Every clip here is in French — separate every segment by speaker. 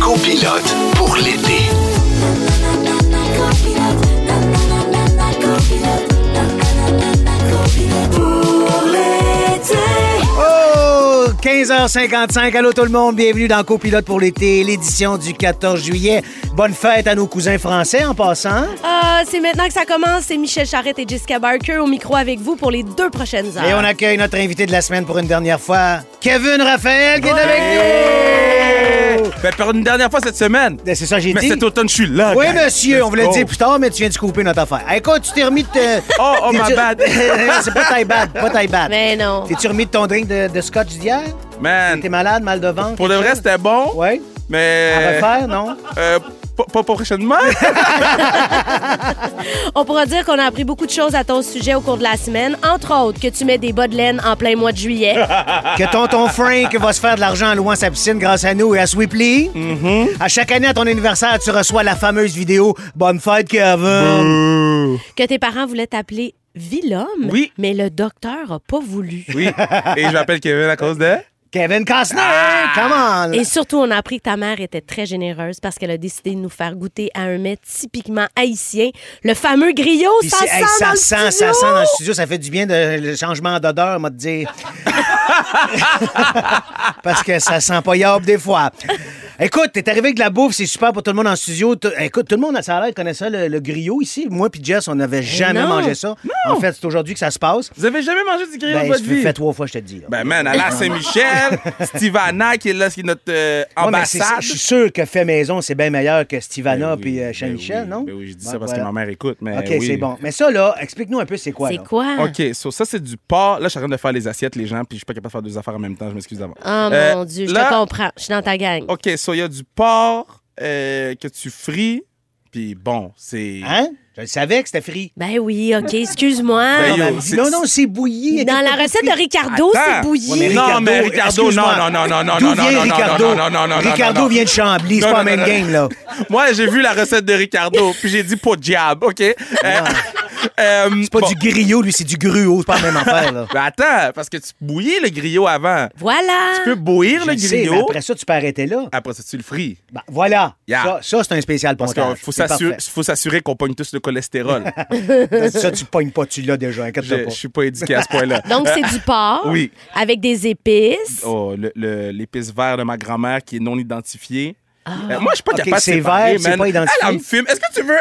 Speaker 1: copilote pour l'été.
Speaker 2: Oh! 15h55, allô tout le monde, bienvenue dans Copilote pour l'été, l'édition du 14 juillet. Bonne fête à nos cousins français en passant.
Speaker 3: Ah, c'est maintenant que ça commence. C'est Michel Charrette et Jessica Barker au micro avec vous pour les deux prochaines heures.
Speaker 2: Et on accueille notre invité de la semaine pour une dernière fois, Kevin Raphaël qui est avec nous.
Speaker 4: Eh Ben, pour une dernière fois cette semaine.
Speaker 2: Ben, C'est ça, j'ai
Speaker 4: Mais
Speaker 2: dit.
Speaker 4: cet automne, je suis là.
Speaker 2: Oui,
Speaker 4: gang.
Speaker 2: monsieur, on voulait le
Speaker 4: Let's
Speaker 2: dire
Speaker 4: go.
Speaker 2: plus tard, mais tu viens de couper notre affaire. Hey, Écoute, tu t'es remis de.
Speaker 4: Oh, oh,
Speaker 2: t'es-
Speaker 4: my
Speaker 2: tu-
Speaker 4: bad.
Speaker 2: C'est pas taille bad, pas taille bad.
Speaker 3: Mais non.
Speaker 2: T'es-tu remis de ton drink de, de scotch d'hier?
Speaker 4: Man,
Speaker 2: T'es malade, mal de ventre?
Speaker 4: pour de vrai, c'était bon.
Speaker 2: Oui. À
Speaker 4: Mais.
Speaker 2: refaire, non?
Speaker 4: euh, pas, pas prochainement.
Speaker 3: On pourra dire qu'on a appris beaucoup de choses à ton sujet au cours de la semaine. Entre autres, que tu mets des bas de laine en plein mois de juillet.
Speaker 2: que tonton Frank va se faire de l'argent en louant sa piscine grâce à nous et à Sweeply. À chaque année, à ton anniversaire, tu reçois la fameuse vidéo Bonne fête, Kevin.
Speaker 3: que tes parents voulaient t'appeler Vilhomme.
Speaker 4: Oui.
Speaker 3: Mais le docteur a pas voulu.
Speaker 4: oui. Et je m'appelle Kevin à cause de.
Speaker 2: Kevin Costner, come on!
Speaker 3: Et surtout, on a appris que ta mère était très généreuse parce qu'elle a décidé de nous faire goûter à un mets typiquement haïtien, le fameux griot.
Speaker 2: Puis
Speaker 3: ça
Speaker 2: c'est-
Speaker 3: sent
Speaker 2: hey,
Speaker 3: dans
Speaker 2: ça
Speaker 3: le
Speaker 2: sent, ça
Speaker 3: studio!
Speaker 2: sent dans le studio, ça fait du bien de le changement d'odeur, m'a dit. Parce que ça sent pas yab des fois. Écoute, t'es arrivé avec de la bouffe, c'est super pour tout le monde en studio. Tout- Écoute, tout le monde, ça a l'air, connaît ça, le, le griot ici. Moi puis Jess, on n'avait jamais
Speaker 3: Eh non.
Speaker 2: mangé ça. En fait, c'est aujourd'hui que ça se passe.
Speaker 4: Vous avez jamais mangé du grillon
Speaker 2: Ben,
Speaker 4: de
Speaker 2: ça
Speaker 4: votre vie?
Speaker 2: fait trois fois, je te le dis. là.
Speaker 4: Ben, man, Alain Saint-Michel, Steve Anna, qui est là, qui est notre euh,
Speaker 2: Ouais, mais c'est-
Speaker 4: ambassade.
Speaker 2: je suis sûr que fait maison, c'est bien meilleur que Stivana
Speaker 4: Ben oui,
Speaker 2: puis euh,
Speaker 4: ben
Speaker 2: Saint-Michel,
Speaker 4: oui,
Speaker 2: non?
Speaker 4: ben oui, je dis ça
Speaker 2: Ouais,
Speaker 4: parce
Speaker 2: voilà.
Speaker 4: que ma mère écoute, mais
Speaker 2: OK,
Speaker 4: oui.
Speaker 2: c'est bon. Mais ça, là, explique-nous un peu c'est quoi.
Speaker 3: C'est
Speaker 2: là.
Speaker 3: quoi?
Speaker 4: OK, so ça, c'est du porc. Là, je suis en train de faire les assiettes, les gens, puis je suis pas capable de faire deux affaires en même temps, je m'excuse d'avant.
Speaker 3: Oh
Speaker 4: Euh,
Speaker 3: mon Dieu, je
Speaker 4: là-
Speaker 3: te comprends. Je suis dans ta gang.
Speaker 4: OK, so il y a du porc euh, que tu frites, puis bon, c'est...
Speaker 2: Hein? Je le savais que c'était frit.
Speaker 3: Ben oui, OK, excuse-moi.
Speaker 4: Ben, yo,
Speaker 2: Non,
Speaker 4: c'est-
Speaker 2: non, non, c'est bouilli.
Speaker 3: Dans la recette de Ricardo, c'est
Speaker 4: Attends.
Speaker 2: Ouais, mais
Speaker 3: bouilli.
Speaker 4: Non,
Speaker 2: Ricardo,
Speaker 4: mais Ricardo,
Speaker 2: excuse-moi.
Speaker 4: non, non, non, non,
Speaker 2: D'où
Speaker 4: non,
Speaker 2: vient
Speaker 4: non, non,
Speaker 2: Ricardo?
Speaker 4: non, non, non, non, non,
Speaker 2: Ricardo
Speaker 4: non.
Speaker 2: vient de Chambly, c'est
Speaker 4: Non,
Speaker 2: pas la
Speaker 4: non,
Speaker 2: même
Speaker 4: non,
Speaker 2: game, là.
Speaker 4: non. Moi, j'ai vu la recette de Ricardo, puis j'ai dit pas de diable, OK? Euh, euh,
Speaker 2: C'est pas
Speaker 4: bon.
Speaker 2: du griot, lui, c'est du gruau, c'est pas la même affaire, là.
Speaker 4: Ben, attends, parce que tu bouillis le griot avant.
Speaker 3: Voilà.
Speaker 4: Tu peux bouillir
Speaker 2: Je
Speaker 4: le
Speaker 2: le sais, mais
Speaker 4: griot,
Speaker 2: après ça, tu peux arrêter là.
Speaker 4: après ça, tu le frites.
Speaker 2: Ben, voilà.
Speaker 4: Yeah.
Speaker 2: Ça, ça, c'est un spécial
Speaker 4: Parce
Speaker 2: pontage.
Speaker 4: qu'il faut
Speaker 2: C'est
Speaker 4: s'assurer-
Speaker 2: parfait.
Speaker 4: faut s'assurer qu'on pogne tous le cholestérol.
Speaker 2: Ça, tu pognes pas, tu l'as déjà, inquiète
Speaker 4: Je
Speaker 2: pas.
Speaker 4: je suis pas éduqué à ce point-là.
Speaker 3: Donc, c'est du porc
Speaker 4: Euh, oui.
Speaker 3: avec des épices.
Speaker 4: Oh, le- le- l'épice verte de ma grand-mère qui est non identifiée.
Speaker 3: Ah.
Speaker 4: Euh, moi, je suis pas
Speaker 2: Ok,
Speaker 4: capable de
Speaker 2: c'est
Speaker 4: séparer,
Speaker 2: vert, c'est
Speaker 4: man.
Speaker 2: pas identifié.
Speaker 4: Elle, elle me filme. Est-ce que tu veux...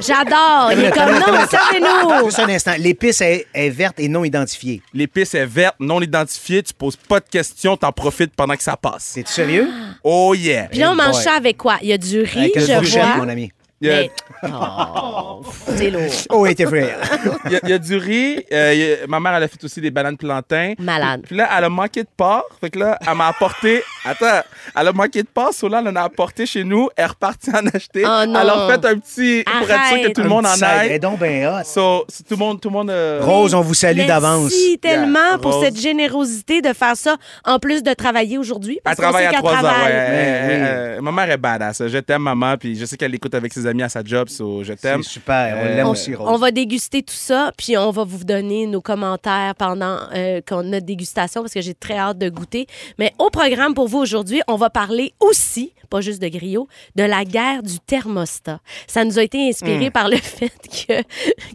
Speaker 3: J'adore. Il est comme non, servez-nous.
Speaker 2: Ah, Juste un instant. L'épice est, est verte et non identifiée.
Speaker 4: L'épice est verte, non identifiée. Tu poses pas de questions, t'en profites pendant que ça passe.
Speaker 2: T'es-tu sérieux?
Speaker 4: Oh yeah!
Speaker 3: Puis là, on mange
Speaker 2: boy.
Speaker 3: ça avec quoi? Il y a du riz,
Speaker 2: un
Speaker 3: je
Speaker 2: courgette,
Speaker 3: vois.
Speaker 2: mon ami.
Speaker 4: Il y a-
Speaker 3: Mais- Oh, c'est lourd.
Speaker 2: Oh, et t'es frère.
Speaker 4: Il y, a- il y a du riz. euh, il y a- ma mère, elle a fait aussi des bananes plantains.
Speaker 3: Malade.
Speaker 4: Puis là, elle a manqué de porc. Fait que là, elle m'a apporté. Attends, elle a manqué de porc. Sola, elle en a apporté chez nous. Elle est repartie en acheter.
Speaker 3: Oh non.
Speaker 4: Elle a fait un petit. Pour être sûr que
Speaker 3: Arrête.
Speaker 4: tout le monde en
Speaker 2: Eh
Speaker 4: aille.
Speaker 2: donc, ben, hot.
Speaker 4: So, so, tout le monde. Tout le monde euh,
Speaker 2: Rose, on vous salue d'avance.
Speaker 3: Merci tellement
Speaker 4: Yeah,
Speaker 3: pour
Speaker 4: Rose.
Speaker 3: cette générosité de faire ça en plus de travailler aujourd'hui.
Speaker 4: Elle
Speaker 3: Parce qu'on
Speaker 4: travaille
Speaker 3: sait
Speaker 4: à
Speaker 3: qu'elle
Speaker 4: 3 heures.
Speaker 3: travaille.
Speaker 4: ouais.
Speaker 2: Oui, oui.
Speaker 4: Euh, euh, ma mère est badass. Je t'aime, maman. Puis je sais qu'elle écoute avec ses amis à sa job. So, je t'aime.
Speaker 2: C'est super. On
Speaker 4: Euh,
Speaker 2: l'aime
Speaker 3: On,
Speaker 2: aussi, Rose.
Speaker 3: on va déguster tout ça, puis on va vous donner nos commentaires pendant euh, qu'on a notre dégustation, parce que j'ai très hâte de goûter. Mais au programme pour vous aujourd'hui, on va parler aussi, pas juste de griot, de la guerre du thermostat. Ça nous a été
Speaker 2: Hmm.
Speaker 3: inspiré par le fait que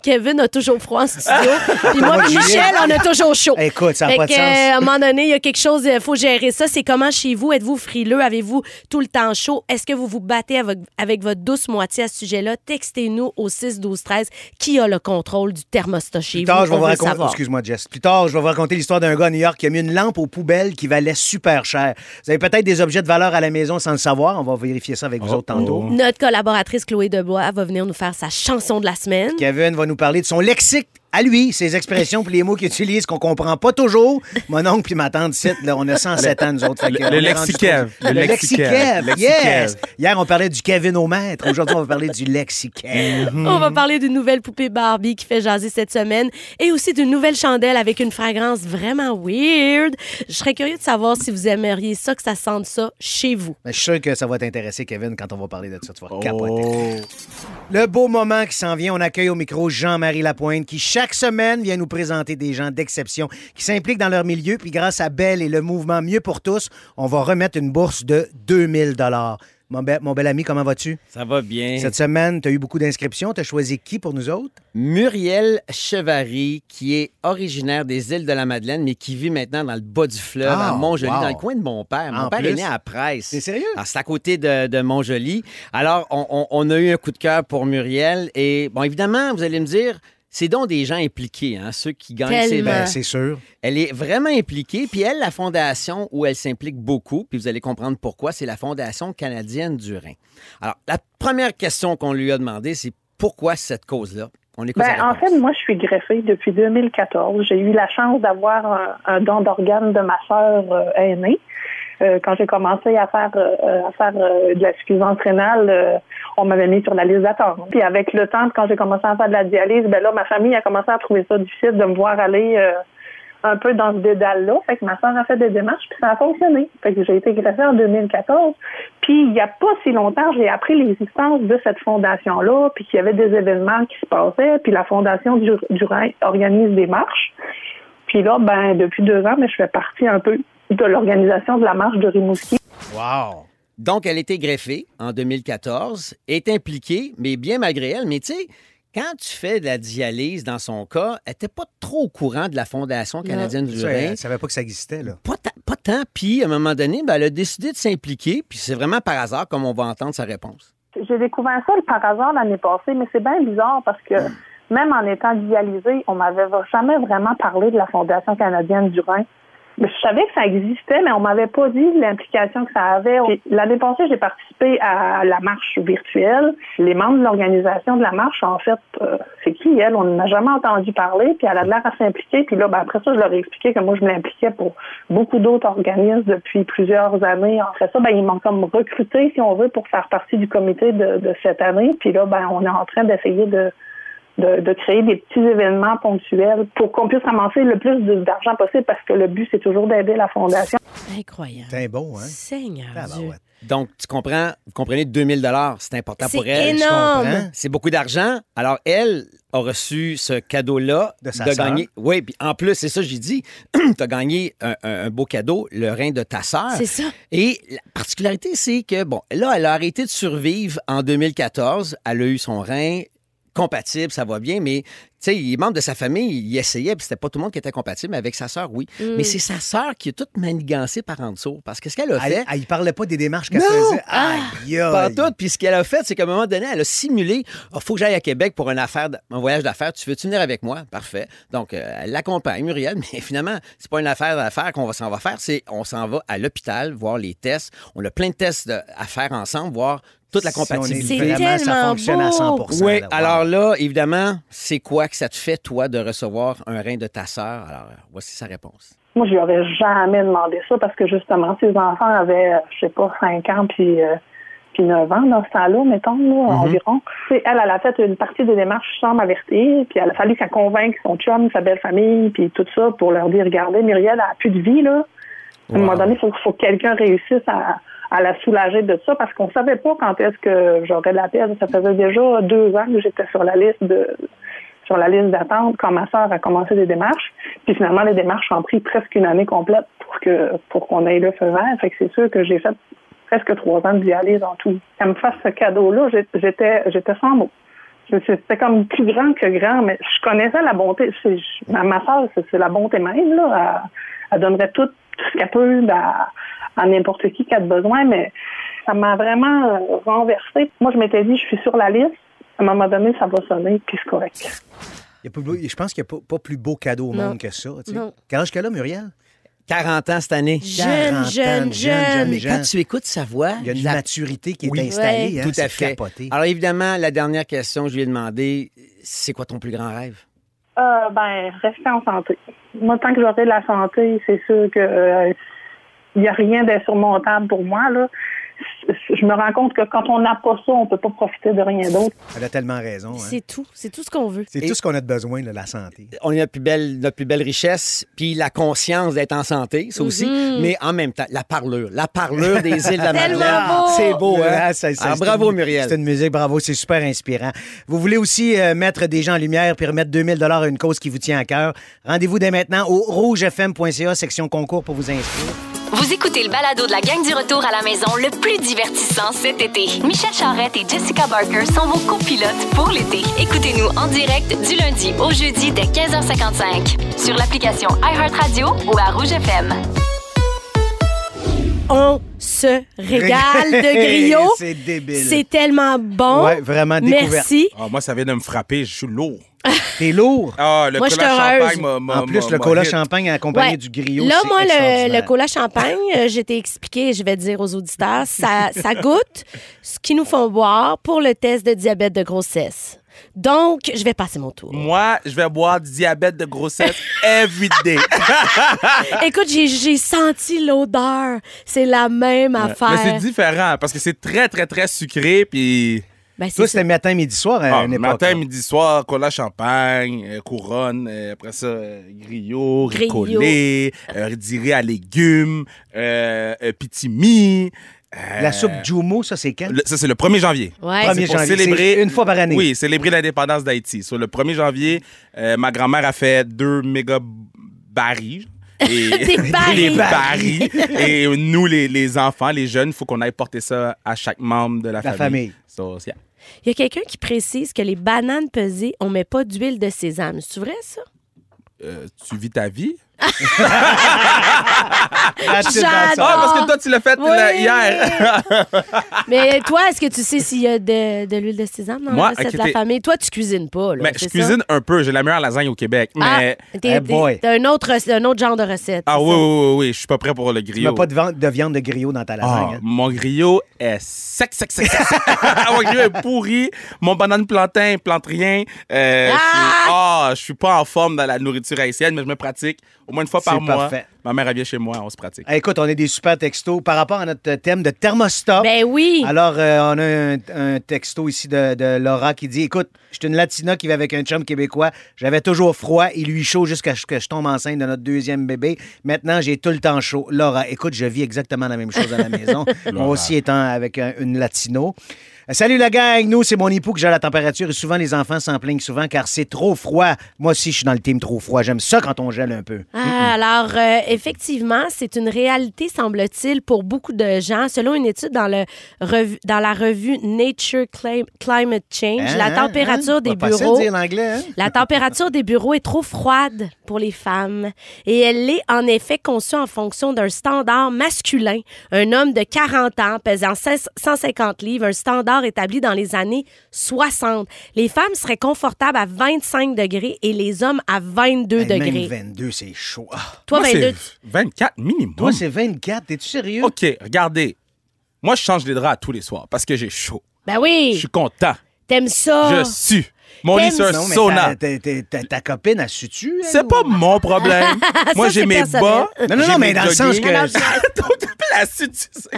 Speaker 3: Kevin a toujours froid en studio, puis moi, puis Michel, on a toujours chaud.
Speaker 2: Écoute, ça n'a
Speaker 3: Fait
Speaker 2: pas de
Speaker 3: que,
Speaker 2: sens.
Speaker 3: à un moment donné, il y a quelque chose, il faut gérer ça. C'est comment chez vous? Êtes-vous frileux? Avez-vous tout le temps chaud? Est-ce que vous vous battez avec, avec votre douce moitié à ce sujet-là? Textez-nous au 6 12 13 qui a le contrôle du thermostat chez
Speaker 2: Plus tard,
Speaker 3: vous.
Speaker 2: je vais
Speaker 3: On
Speaker 2: vous
Speaker 3: veut le
Speaker 2: raconter.
Speaker 3: savoir.
Speaker 2: Excuse-moi, Jess. Plus tard, je vais vous raconter l'histoire d'un gars à New York qui a mis une lampe aux poubelles qui valait super cher. Vous avez peut-être des objets de valeur à la maison sans le savoir. On va vérifier ça avec vous
Speaker 4: Oh,
Speaker 2: autres tantôt.
Speaker 4: oh.
Speaker 3: Notre collaboratrice Chloé Debois va venir nous faire sa chanson de la semaine.
Speaker 2: Kevin va nous parler de son lexique à lui, ses expressions puis les mots qu'il utilise qu'on comprend pas toujours. Mon oncle puis ma tante cite, là, on a 107 ans, nous autres. fait que
Speaker 4: le-
Speaker 2: on
Speaker 4: le
Speaker 2: est rendu
Speaker 4: lexiquev.
Speaker 2: trop- Le
Speaker 4: Le
Speaker 2: lexiquev,
Speaker 4: lexiquev.
Speaker 2: yes! Hier, on parlait du Kevin au maître. Aujourd'hui, on va parler du lexiquev.
Speaker 4: Mm-hmm.
Speaker 3: On va parler d'une nouvelle poupée Barbie qui fait jaser cette semaine et aussi d'une nouvelle chandelle avec une fragrance vraiment weird. Je serais curieux de savoir si vous aimeriez ça, que ça sente ça chez vous.
Speaker 2: Mais Ben, je suis sûr que ça va t'intéresser, Kevin, quand on va parler de ça. Tu vas capoter.
Speaker 4: Oh.
Speaker 2: Le beau moment qui s'en vient, on accueille au micro Jean-Marie Lapointe qui, chaque semaine, vient nous présenter des gens d'exception qui s'impliquent dans leur milieu. Puis grâce à Belle et le mouvement Mieux pour tous, on va remettre une bourse de 2000 dollars. Mon, be- mon bel ami, comment vas-tu?
Speaker 5: Ça va bien.
Speaker 2: Cette semaine, tu as eu beaucoup d'inscriptions. Tu as choisi qui pour nous autres?
Speaker 5: Muriel Chevary, qui est originaire des îles de la Madeleine, mais qui vit maintenant dans le bas du fleuve,
Speaker 2: Ah,
Speaker 5: à Montjoli,
Speaker 2: wow.
Speaker 5: dans le coin de mon père. Mon
Speaker 2: En
Speaker 5: père est
Speaker 2: plus.
Speaker 5: né à Presse.
Speaker 2: T'es sérieux?
Speaker 5: Alors, c'est à côté de, de Montjoli. Alors, on, on- on a eu un coup de cœur pour Muriel. Et, bon, évidemment, vous allez me dire, c'est donc des gens impliqués, hein, ceux qui gagnent ces
Speaker 3: Tellement.
Speaker 5: ventes.
Speaker 2: Ben, c'est sûr.
Speaker 5: Elle est vraiment impliquée, puis elle, la fondation où elle s'implique beaucoup, puis vous allez comprendre pourquoi, c'est la Fondation canadienne du Rhin. Alors, la première question qu'on lui a demandée, c'est pourquoi cette cause-là? On écoute
Speaker 6: Ben,
Speaker 5: sa
Speaker 6: en
Speaker 5: réponse.
Speaker 6: fait, moi, je suis greffée depuis 2014. J'ai eu la chance d'avoir un, un don d'organe de ma sœur euh, aînée. Euh, quand j'ai commencé à faire euh, à faire euh, de la suffisance rénale, euh, on m'avait mis sur la liste d'attente. Puis avec le temps, quand j'ai commencé à faire de la dialyse, ben là, ma famille a commencé à trouver ça difficile de me voir aller euh, un peu dans ce dédale-là. Fait que ma sœur a fait des démarches, puis ça a fonctionné. Fait que j'ai été greffée en 2014. Puis il n'y a pas si longtemps, j'ai appris l'existence de cette fondation-là, puis qu'il y avait des événements qui se passaient, puis la fondation du, du Rhin organise des marches. Puis là, ben depuis deux ans, mais je fais partie un peu de l'organisation de la marche de Rimouski.
Speaker 2: Wow!
Speaker 5: Donc, elle était greffée en 2014, est impliquée, mais bien malgré elle. Mais tu sais, quand tu fais de la dialyse, dans son cas, elle n'était pas trop au courant de la Fondation canadienne du
Speaker 2: Ça,
Speaker 5: Rhin.
Speaker 2: elle ne savait pas que ça existait, là.
Speaker 5: Pas, ta- pas tant. Puis, à un moment donné, ben, elle a décidé de s'impliquer, puis c'est vraiment par hasard, comme on va entendre sa réponse.
Speaker 6: J'ai découvert ça par hasard l'année passée, mais c'est bien bizarre parce que même en étant dialysée, on m'avait jamais vraiment parlé de la Fondation canadienne du Rhin. Mais je savais que ça existait, mais on m'avait pas dit l'implication que ça avait. Puis L'année passée, j'ai participé à la marche virtuelle. Les membres de l'organisation de la marche, en fait, euh, c'est qui elle On n'a jamais entendu parler. Puis elle a l'air à s'impliquer. Puis là, ben, après ça, je leur ai expliqué que moi, je m'impliquais pour beaucoup d'autres organismes depuis plusieurs années. Après ça, ben, ils m'ont comme recruté, si on veut, pour faire partie du comité de, de cette année. Puis là, ben, on est en train d'essayer de de, de créer des petits événements ponctuels pour qu'on puisse ramasser le plus de- d'argent possible parce que le but, c'est toujours d'aider la fondation.
Speaker 3: Incroyable.
Speaker 2: C'est bon, hein?
Speaker 3: Seigneur Dieu.
Speaker 2: Tabarouette.
Speaker 5: Donc, tu comprends, vous comprenez, 2000 dollars, c'est important
Speaker 3: C'est
Speaker 5: pour elle.
Speaker 3: énorme.
Speaker 2: comprends.
Speaker 5: C'est beaucoup d'argent. Alors, elle a reçu ce cadeau-là.
Speaker 2: De sa sœur.
Speaker 5: gagner. Oui, puis en plus, c'est ça, j'ai dit, tu as gagné un, un- un beau cadeau, le rein de ta sœur.
Speaker 3: C'est ça.
Speaker 5: Et la particularité, c'est que, bon, là, elle a arrêté de survivre en 2014. Elle a eu son rein compatible, ça va bien, mais, tu sais, les membres de sa famille, ils essayaient, puis c'était pas tout le monde qui était compatible, mais avec sa sœur, oui.
Speaker 3: Mm.
Speaker 5: Mais c'est sa sœur qui est toute manigancée par en dessous. Parce que ce qu'elle a fait.
Speaker 2: Elle, elle y parlait pas des démarches qu'elle
Speaker 5: Non! Ah!
Speaker 2: faisait. Aïe,
Speaker 5: Pas
Speaker 2: aïe.
Speaker 5: tout. Puis ce qu'elle a fait, c'est qu'à un moment donné, elle a simulé il faut que j'aille à Québec pour une affaire, d- un voyage d'affaires. Tu veux-tu venir avec moi Parfait. Donc, euh, elle l'accompagne, Muriel, mais finalement, c'est pas une affaire d'affaires qu'on va s'en va faire. C'est on s'en va à l'hôpital voir les tests. On a plein de tests de- à faire ensemble, voir toute la
Speaker 2: Si on est
Speaker 5: compatibilité.
Speaker 2: vraiment,
Speaker 3: C'est
Speaker 2: ça
Speaker 3: tellement
Speaker 2: fonctionne à
Speaker 3: beau.
Speaker 2: 100
Speaker 5: Oui,
Speaker 2: là. Wow.
Speaker 5: alors là, évidemment, c'est quoi que ça te fait, toi, de recevoir un rein de ta sœur? Alors, euh, voici sa réponse.
Speaker 6: Moi, je lui aurais jamais demandé ça parce que justement, ses enfants avaient, euh, je sais pas, 5 ans puis, euh, puis 9 ans dans ce temps-là, mettons, là, environ. Tu sais, elle, elle a fait une partie des démarches sans m'avertir, puis elle a fallu qu'elle convainque son chum, sa belle famille, puis tout ça pour leur dire, regardez, Muriel, elle a plus de vie, là. À un moment
Speaker 5: Wow.
Speaker 6: donné, il faut, faut que quelqu'un réussisse à, à la soulager de ça parce qu'on savait pas quand est-ce que j'aurais de la peine. Ça faisait déjà deux ans que j'étais sur la liste de sur la liste d'attente quand ma sœur a commencé des démarches. Puis finalement, les démarches ont pris presque une année complète pour que pour qu'on ait le feu vert. Fait que c'est sûr que j'ai fait presque trois ans de dialyse en tout. Qu'elle me fasse ce cadeau-là, j'ai- j'étais j'étais sans mots. Je- C'était comme plus grand que grand, mais je connaissais la bonté. C'est- je- ma, ma soeur, c'est c'est la bonté même. Là. Elle, elle donnerait tout, tout ce qu'elle peut à, à n'importe qui qui a de besoin, mais ça m'a vraiment euh, renversée. Moi, je m'étais dit, je suis sur la liste. À un moment donné, ça va sonner, puis c'est correct.
Speaker 2: Il y a pas plus- je pense qu'il n'y a pas, pas plus beau cadeau au
Speaker 3: Non.
Speaker 2: monde que ça. tu sais.
Speaker 3: Non.
Speaker 2: Quel âge qu'elle a, Muriel?
Speaker 5: 40 ans cette année.
Speaker 2: 40
Speaker 3: Jeune,
Speaker 2: ans,
Speaker 3: jeune,
Speaker 2: jeune, jeune,
Speaker 3: jeune.
Speaker 5: Mais quand tu écoutes sa voix,
Speaker 2: Il y a une
Speaker 5: la
Speaker 2: maturité qui est
Speaker 5: Oui.
Speaker 2: installée.
Speaker 3: Ouais.
Speaker 2: hein,
Speaker 5: Tout à
Speaker 2: c'est
Speaker 5: fait.
Speaker 2: capoté.
Speaker 5: Alors évidemment, la dernière question, je lui ai demandé, c'est quoi ton plus grand rêve?
Speaker 6: Euh, ben, rester en santé. Moi, tant que j'aurai de la santé, c'est sûr que euh, il n'y a rien d'insurmontable pour moi. Là. Je- Je me rends compte que quand on n'a pas ça, on peut pas profiter de rien d'autre.
Speaker 2: Elle a tellement raison. hein.
Speaker 3: C'est tout. C'est tout ce qu'on veut.
Speaker 2: C'est
Speaker 5: Et-
Speaker 2: tout ce qu'on a de besoin, là, la santé.
Speaker 5: On a notre plus belle, notre plus belle richesse, puis la conscience d'être en santé, ça aussi, mais en même temps, la parlure, la parlure des îles de la
Speaker 3: Mhm. Tellement
Speaker 5: Madeleine.
Speaker 3: beau!
Speaker 5: C'est beau, hein?
Speaker 2: Ah, ça- ça-
Speaker 5: Alors,
Speaker 2: c'est
Speaker 5: bravo,
Speaker 2: une-
Speaker 5: Muriel.
Speaker 2: C'est une musique, bravo, c'est super inspirant. Vous voulez aussi euh, mettre des gens en lumière puis remettre 2000 à une cause qui vous tient à cœur. Rendez-vous dès maintenant au rougefm.ca, section concours pour vous inscrire.
Speaker 7: Vous écoutez le balado de la gang du retour à la maison le plus divertissant cet été. Michel Charrette et Jessica Barker sont vos copilotes pour l'été. Écoutez-nous en direct du lundi au jeudi dès 15h55 sur l'application iHeartRadio ou à Rouge FM.
Speaker 3: On se régale de griot.
Speaker 2: C'est débile.
Speaker 3: C'est tellement bon.
Speaker 2: Ouais, vraiment découverte.
Speaker 3: Merci.
Speaker 4: Ah, moi, ça vient de me frapper. Je suis lourd.
Speaker 2: T'es lourd.
Speaker 4: Ah, le
Speaker 3: Moi,
Speaker 4: cola
Speaker 3: j'étais heureuse.
Speaker 4: champagne m'a- m'a-
Speaker 2: En plus,
Speaker 4: m'a-
Speaker 2: le
Speaker 4: m'a
Speaker 2: cola
Speaker 4: hit.
Speaker 2: champagne accompagné
Speaker 3: Ouais.
Speaker 2: du griot.
Speaker 3: Là,
Speaker 2: c'est
Speaker 3: moi, le,
Speaker 2: extraordinaire.
Speaker 3: le cola champagne, euh, je t'ai expliqué, je vais dire aux auditeurs, ça, ça goûte ce qu'ils nous font boire pour le test de diabète de grossesse. Donc, je vais passer mon tour.
Speaker 4: Moi, je vais boire du diabète de grossesse every day.
Speaker 3: Écoute, j'ai- j'ai senti l'odeur. C'est la même
Speaker 4: Mais c'est
Speaker 3: affaire.
Speaker 4: différent parce que c'est très, très, très sucré.
Speaker 2: Euh,
Speaker 4: Puis,
Speaker 3: Ben, c'est
Speaker 2: Toi,
Speaker 3: ça.
Speaker 2: c'était matin, midi, soir à
Speaker 4: ah,
Speaker 2: une époque.
Speaker 4: matin,
Speaker 2: là.
Speaker 4: midi, soir, cola champagne, euh, couronne, euh, après ça, euh, griot, riz
Speaker 3: Griot.
Speaker 4: collé, euh, du riz à légumes, euh, euh, pitimi. euh,
Speaker 2: La soupe Jumo, ça, c'est quand?
Speaker 4: le- ça, c'est le 1er janvier.
Speaker 3: Ouais.
Speaker 2: Premier
Speaker 4: C'est pour
Speaker 2: janvier.
Speaker 4: célébrer-
Speaker 2: C'est Une fois par année.
Speaker 4: Oui, célébrer l'indépendance d'Haïti. Sur le 1er janvier, euh, ma grand-mère a fait deux méga barils. Et,
Speaker 3: Des barils.
Speaker 4: Des barils. Et nous, les, les enfants, les jeunes, il faut qu'on aille porter ça à chaque membre de la,
Speaker 2: La famille.
Speaker 4: So, euh, yeah.
Speaker 3: Il y a quelqu'un qui précise que les bananes pesées, on met pas d'huile de sésame. C'est vrai, ça?
Speaker 4: Euh, tu vis ta vie?
Speaker 2: Ah, c'est
Speaker 3: J'adore.
Speaker 2: dans ça.
Speaker 4: Ah, parce que toi, tu l'as fait
Speaker 3: Oui.
Speaker 4: là, hier.
Speaker 3: Mais toi, est-ce que tu sais s'il y a de, de l'huile de sésame dans
Speaker 4: Moi,
Speaker 3: la recette de
Speaker 4: ok,
Speaker 3: la
Speaker 4: t'es-
Speaker 3: famille? Toi, tu cuisines pas, là.
Speaker 4: Mais
Speaker 3: c'est
Speaker 4: je
Speaker 3: ça?
Speaker 4: cuisine un peu. J'ai la meilleure lasagne au Québec.
Speaker 3: Ah,
Speaker 4: Mais.
Speaker 3: t'es-
Speaker 2: Eh
Speaker 3: t'es-
Speaker 2: boy.
Speaker 3: t'as un autre, un autre genre de recette.
Speaker 4: Ah
Speaker 3: c'est
Speaker 4: oui,
Speaker 3: ça?
Speaker 4: oui, oui, oui, je suis pas prêt pour le
Speaker 2: Tu mets
Speaker 4: griot.
Speaker 2: pas de viande de, viande de griot dans ta
Speaker 4: Ah,
Speaker 2: lasagne. hein?
Speaker 4: mon griot est sec, sec, sec, sec. sec. mon griot est pourri. Mon banane plantain, plante rien. Euh, je suis- ah! je suis pas en forme dans la nourriture haïtienne, mais je me pratique au moins une fois par
Speaker 2: C'est
Speaker 4: mois.
Speaker 2: parfait.
Speaker 4: Ma mère, elle vient chez moi, on se pratique.
Speaker 2: Eh, Écoute, on a des super textos par rapport à notre thème de thermostat.
Speaker 3: Ben oui.
Speaker 2: Alors, euh, on a un, un texto ici de, de Laura qui dit Écoute, je suis une Latina qui va avec un chum québécois. J'avais toujours froid. Il lui chaud jusqu'à ce que je tombe enceinte de notre deuxième bébé. Maintenant, j'ai tout le temps chaud. Laura, écoute, je vis exactement la même chose à la maison. Moi aussi étant avec un- une Latino. Euh, Salut la gang, nous c'est mon époux que j'ai la température et souvent les enfants s'en plaignent souvent car c'est trop froid. Moi aussi je suis dans le team trop froid. J'aime ça quand on gèle un peu.
Speaker 3: Ah, alors, euh, effectivement, c'est une réalité, semble-t-il, pour beaucoup de gens. Selon une étude dans, le revu- dans la revue Nature Clim- Climate Change,
Speaker 2: Hein,
Speaker 3: la
Speaker 2: hein,
Speaker 3: température
Speaker 2: hein?
Speaker 3: des
Speaker 2: Pas facile
Speaker 3: bureaux...
Speaker 2: de dire l'anglais, hein?
Speaker 3: La température des bureaux est trop froide pour les femmes et elle est en effet conçue en fonction d'un standard masculin. Un homme de 40 ans pesant 16 150 livres, un standard établi dans les années 60. Les femmes seraient confortables à 25 degrés et les hommes à 22
Speaker 2: Hey, même
Speaker 3: degrés.
Speaker 2: 22, c'est chaud. Ah.
Speaker 3: Toi,
Speaker 4: Moi,
Speaker 3: 22,
Speaker 4: c'est 24 minimum.
Speaker 2: Toi, c'est 24. T'es-tu sérieux?
Speaker 4: OK, regardez. Moi, je change les draps tous les soirs parce que j'ai chaud.
Speaker 3: ben
Speaker 4: Je
Speaker 3: oui,
Speaker 4: suis content.
Speaker 3: t'aimes ça.
Speaker 4: Je suis. Mon lit,
Speaker 3: T'aimes-
Speaker 4: c'est un
Speaker 2: Ah. Non, mais ta,
Speaker 4: sauna.
Speaker 2: ta- ta- ta- ta copine, a su tu
Speaker 4: C'est pas mon problème. Moi,
Speaker 3: Ça,
Speaker 4: j'ai
Speaker 3: c'est
Speaker 4: mes
Speaker 3: personnel.
Speaker 4: bas.
Speaker 2: Non, non,
Speaker 4: j'ai
Speaker 2: non,
Speaker 4: mes
Speaker 2: mais dans le sens
Speaker 4: jogging.
Speaker 2: que-
Speaker 4: Ton appel à su- tu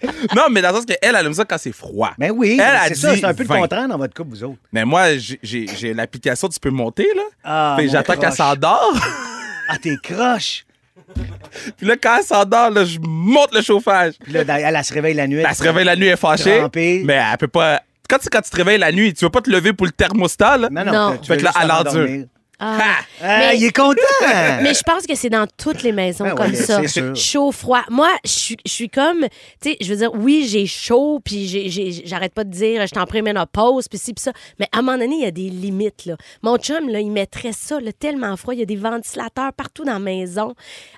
Speaker 4: sais. non, mais dans le sens qu'elle, elle aime ça quand c'est froid.
Speaker 2: Mais Ben oui,
Speaker 4: Elle a
Speaker 2: c'est ça.
Speaker 4: dit
Speaker 2: C'est un peu le
Speaker 4: 20.
Speaker 2: contraire dans votre couple, vous autres.
Speaker 4: Mais moi, j'ai- j'ai j'ai l'application, tu peux monter, là.
Speaker 2: Ah,
Speaker 4: Fait que
Speaker 2: mon
Speaker 4: j'attends qu'elle
Speaker 2: croche.
Speaker 4: s'endort.
Speaker 2: Ah, t'es croche.
Speaker 4: Puis là, quand elle s'endort, là, je monte le chauffage.
Speaker 2: Puis là, dans- elle, elle se réveille la nuit.
Speaker 4: Elle se réveille la nuit, elle est fâchée.
Speaker 2: Trempée.
Speaker 4: Mais elle peut pas. Quand, tu- quand tu te réveilles la nuit, tu veux pas te lever pour le thermostat, là.
Speaker 2: Non,
Speaker 3: Non.
Speaker 2: non. tu- tu
Speaker 4: Fait que
Speaker 2: veux
Speaker 4: là,
Speaker 2: juste
Speaker 4: elle
Speaker 2: avant de
Speaker 4: endure.
Speaker 2: dormir.
Speaker 4: Ha!
Speaker 2: Ah,
Speaker 3: Mais-
Speaker 2: il est content.
Speaker 3: Mais je pense que c'est dans toutes les maisons
Speaker 2: Ben
Speaker 3: comme
Speaker 2: ouais,
Speaker 3: ça.
Speaker 2: c'est sûr.
Speaker 3: Chaud, froid. Moi, je suis je suis comme, tu sais, je veux dire, oui, j'ai chaud, puis j'ai- j'ai- j'arrête pas de dire, je t'en préménopause, puis ci, puis ça. Mais à un moment donné, il y a des limites, là. Mon chum, là, il mettrait ça, là, tellement froid. Il y a des ventilateurs partout dans la maison.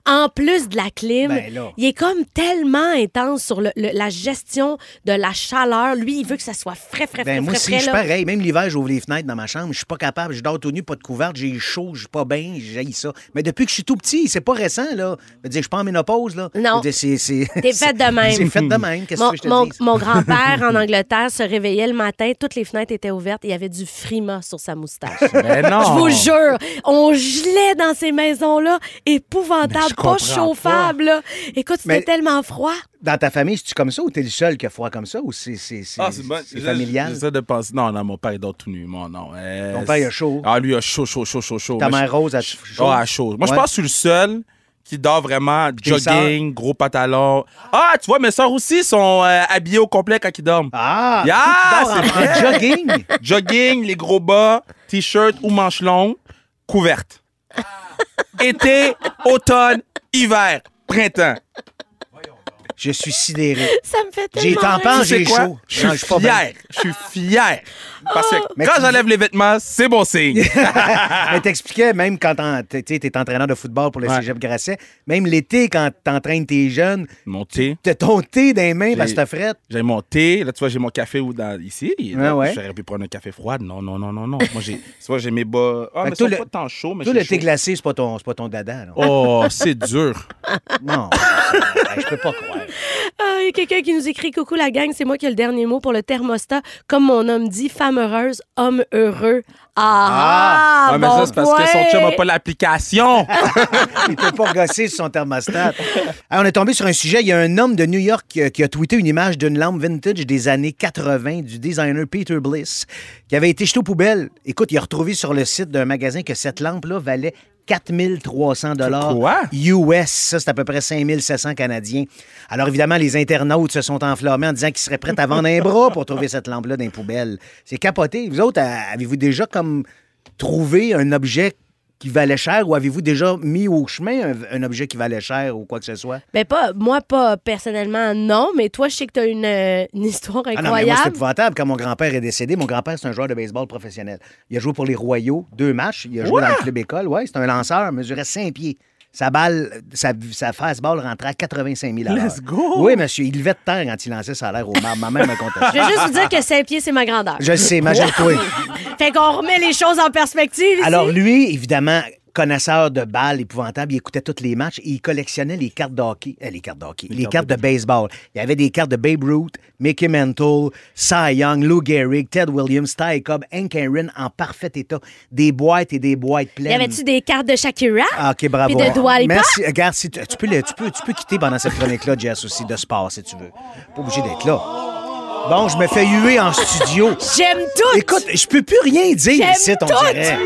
Speaker 3: En plus de la clim,
Speaker 2: Ben là.
Speaker 3: il est comme tellement intense sur le- le- la gestion de la chaleur. Lui, il veut que ça soit frais, frais, frais,
Speaker 2: Ben, moi
Speaker 3: frais,
Speaker 2: aussi,
Speaker 3: frais,
Speaker 2: je
Speaker 3: là.
Speaker 2: suis pareil. Même l'hiver, j'ouvre les fenêtres dans ma chambre. Je suis pas capable. Je dors tout nu, pas de couverte. J'ai chaud, je suis pas bien, j'ai ça. Mais depuis que je suis tout petit, c'est pas récent, là. Je veux dire, je suis pas en ménopause, là.
Speaker 3: Non.
Speaker 2: Je veux dire, c'est- c'est-
Speaker 3: T'es faite de même.
Speaker 2: C'est fait de même. Qu'est-ce
Speaker 3: Mon,
Speaker 2: que je te
Speaker 3: mon-
Speaker 2: dise?
Speaker 3: mon grand-père en Angleterre se réveillait le matin, toutes les fenêtres étaient ouvertes, et il y avait du frima sur sa moustache.
Speaker 4: Mais Ben non.
Speaker 3: Je vous jure, on gelait dans ces maisons-là,
Speaker 4: Mais
Speaker 3: épouvantable,
Speaker 4: je
Speaker 3: pas
Speaker 4: comprends
Speaker 3: chauffable. là. Écoute, c'était
Speaker 2: Mais-
Speaker 3: tellement froid.
Speaker 2: Dans ta famille, c'est-tu comme ça ou t'es le seul qui a froid comme ça ou c'est c'est- c'est-
Speaker 4: Ah, c'est bon.
Speaker 2: c'est familial?
Speaker 4: J'essaie de penser. Non, non, mon père, il dort tout nu. Mon, non. Euh,
Speaker 2: Ton père, il a chaud.
Speaker 4: Ah, lui, il a chaud, chaud, chaud, chaud, chaud.
Speaker 2: Ta
Speaker 4: Moi,
Speaker 2: mère
Speaker 4: je-
Speaker 2: Rose a
Speaker 4: je-
Speaker 2: chaud?
Speaker 4: Ah, elle a chaud. Moi, je
Speaker 2: Ouais.
Speaker 4: pense que je suis le seul qui dort vraiment jogging, gros pantalon. Ah, tu vois, mes soeurs aussi sont euh, habillées au complet quand ils dorment.
Speaker 2: Ah!
Speaker 4: Yeah,
Speaker 2: toi, tu dors
Speaker 4: c'est
Speaker 2: en, en jogging?
Speaker 4: Jogging, les gros bas, t-shirt ou manches longues, couverte. Été, automne, hiver. printemps.
Speaker 2: Je suis sidéré.
Speaker 3: Ça me fait
Speaker 2: J'ai
Speaker 3: tellement
Speaker 2: t'en
Speaker 3: rire.
Speaker 2: penses,
Speaker 4: Tu sais
Speaker 2: Ah, j'ai
Speaker 4: quoi?
Speaker 2: chaud.
Speaker 4: Je suis
Speaker 2: Non, pas bien. Oh.
Speaker 4: fier. Je suis fier. Parce que
Speaker 2: Mais
Speaker 4: quand
Speaker 2: tu-
Speaker 4: j'enlève les vêtements, c'est bon signe.
Speaker 2: Mais t'expliquais, même quand t'en- t'es tu sais, t'es entraîneur de football pour le
Speaker 4: Ah, Ouais.
Speaker 2: cégep Grasset, même l'été, quand t'entraînes tes jeunes,
Speaker 4: Mon thé.
Speaker 2: t'as ton thé dans les mains parce que t'as frette.
Speaker 4: J'ai mon thé. Là, tu vois, j'ai mon café ou dans, ici. Là,
Speaker 2: ouais.
Speaker 4: J'aurais pu prendre un café froid. Non, non, non, non, non. Moi, j'ai, tu vois, j'ai mes bas.
Speaker 2: Fait
Speaker 4: Ah, mais
Speaker 2: que toi,
Speaker 4: c'est
Speaker 2: le-
Speaker 4: pas tant chaud, mais
Speaker 2: Toi,
Speaker 4: j'ai
Speaker 2: le thé
Speaker 4: chaud.
Speaker 2: glacé, c'est pas ton, c'est pas ton dada. là.
Speaker 4: Oh, c'est dur.
Speaker 2: Non, c'est- hey, je peux pas croire.
Speaker 3: Ah, il y a quelqu'un qui nous écrit Coucou la gang, c'est moi qui ai le dernier mot pour le thermostat. Comme mon homme dit, femme heureuse, homme heureux. Ah, ah
Speaker 4: ouais, mais
Speaker 3: bon
Speaker 4: ça, c'est parce que son chum n'a pas l'application.
Speaker 2: Il peut pas gosser sur son thermostat. Ah, on est tombé sur un sujet. Il y a un homme de New York qui a, qui a tweeté une image d'une lampe vintage des années 80 du designer Peter Bliss qui avait été jetée aux poubelles. Écoute, il a retrouvé sur le site d'un magasin que cette lampe-là valait 4300 dollars
Speaker 4: Quoi?
Speaker 2: US. Ça, c'est à peu près 5700 Canadiens. Alors, évidemment, les internautes se sont enflammés en disant qu'ils seraient prêts à vendre un bras pour trouver cette lampe-là dans les poubelles. C'est capoté. Vous autres, euh, avez-vous déjà comme trouvé un objet qui valait cher ou avez-vous déjà mis au chemin un, un objet qui valait cher ou quoi que ce soit?
Speaker 3: Ben pas, moi, pas personnellement, non, mais toi, je sais que t'as une, euh, une histoire
Speaker 2: Ah non, mais moi, c'est
Speaker 3: incroyable.
Speaker 2: épouvantable. Quand mon grand-père est décédé, mon grand-père, c'est un joueur de baseball professionnel. Il a joué pour les Royaux, deux matchs. Il a joué dans le club école. Ouais, c'est un lanceur, mesurait 5 pieds. Sa balle, sa, sa fastball rentrait à 85 000 à l'heure.
Speaker 4: Let's go!
Speaker 2: Oui, monsieur, il levait de terre quand il lançait ça a l'air au marbre. Ma mère me
Speaker 3: je
Speaker 2: contestait.
Speaker 3: vais juste vous dire que Saint-Pierre, c'est ma grandeur.
Speaker 2: Je le sais, imagine-toi.
Speaker 3: Fait qu'on remet les choses en perspective ici.
Speaker 2: Alors lui, évidemment, connaisseur de balles épouvantable, il écoutait tous les matchs et il collectionnait les cartes de hockey, euh, les cartes de hockey, les, cartes, de, baseball. Il y avait des cartes de Babe Ruth, Mickey Mantle, Cy Young, Lou Gehrig, Ted Williams, Ty Cobb, Hank Aaron en parfait état, des boîtes et des boîtes
Speaker 3: y
Speaker 2: pleines.
Speaker 3: avait-tu des cartes de Shakira?
Speaker 2: Ah, OK, bravo.
Speaker 3: Puis de Dua Lipa?
Speaker 2: Merci. Regarde, si tu, tu peux le- tu, peux, tu peux quitter pendant cette chronique-là, Jess, aussi, de sport, si tu veux. Pas obligé d'être là. Bon, je me fais huer en studio.
Speaker 3: J'aime tout!
Speaker 2: Écoute, je peux plus rien dire
Speaker 3: J'aime
Speaker 2: ici, on
Speaker 3: tout.
Speaker 2: dirait.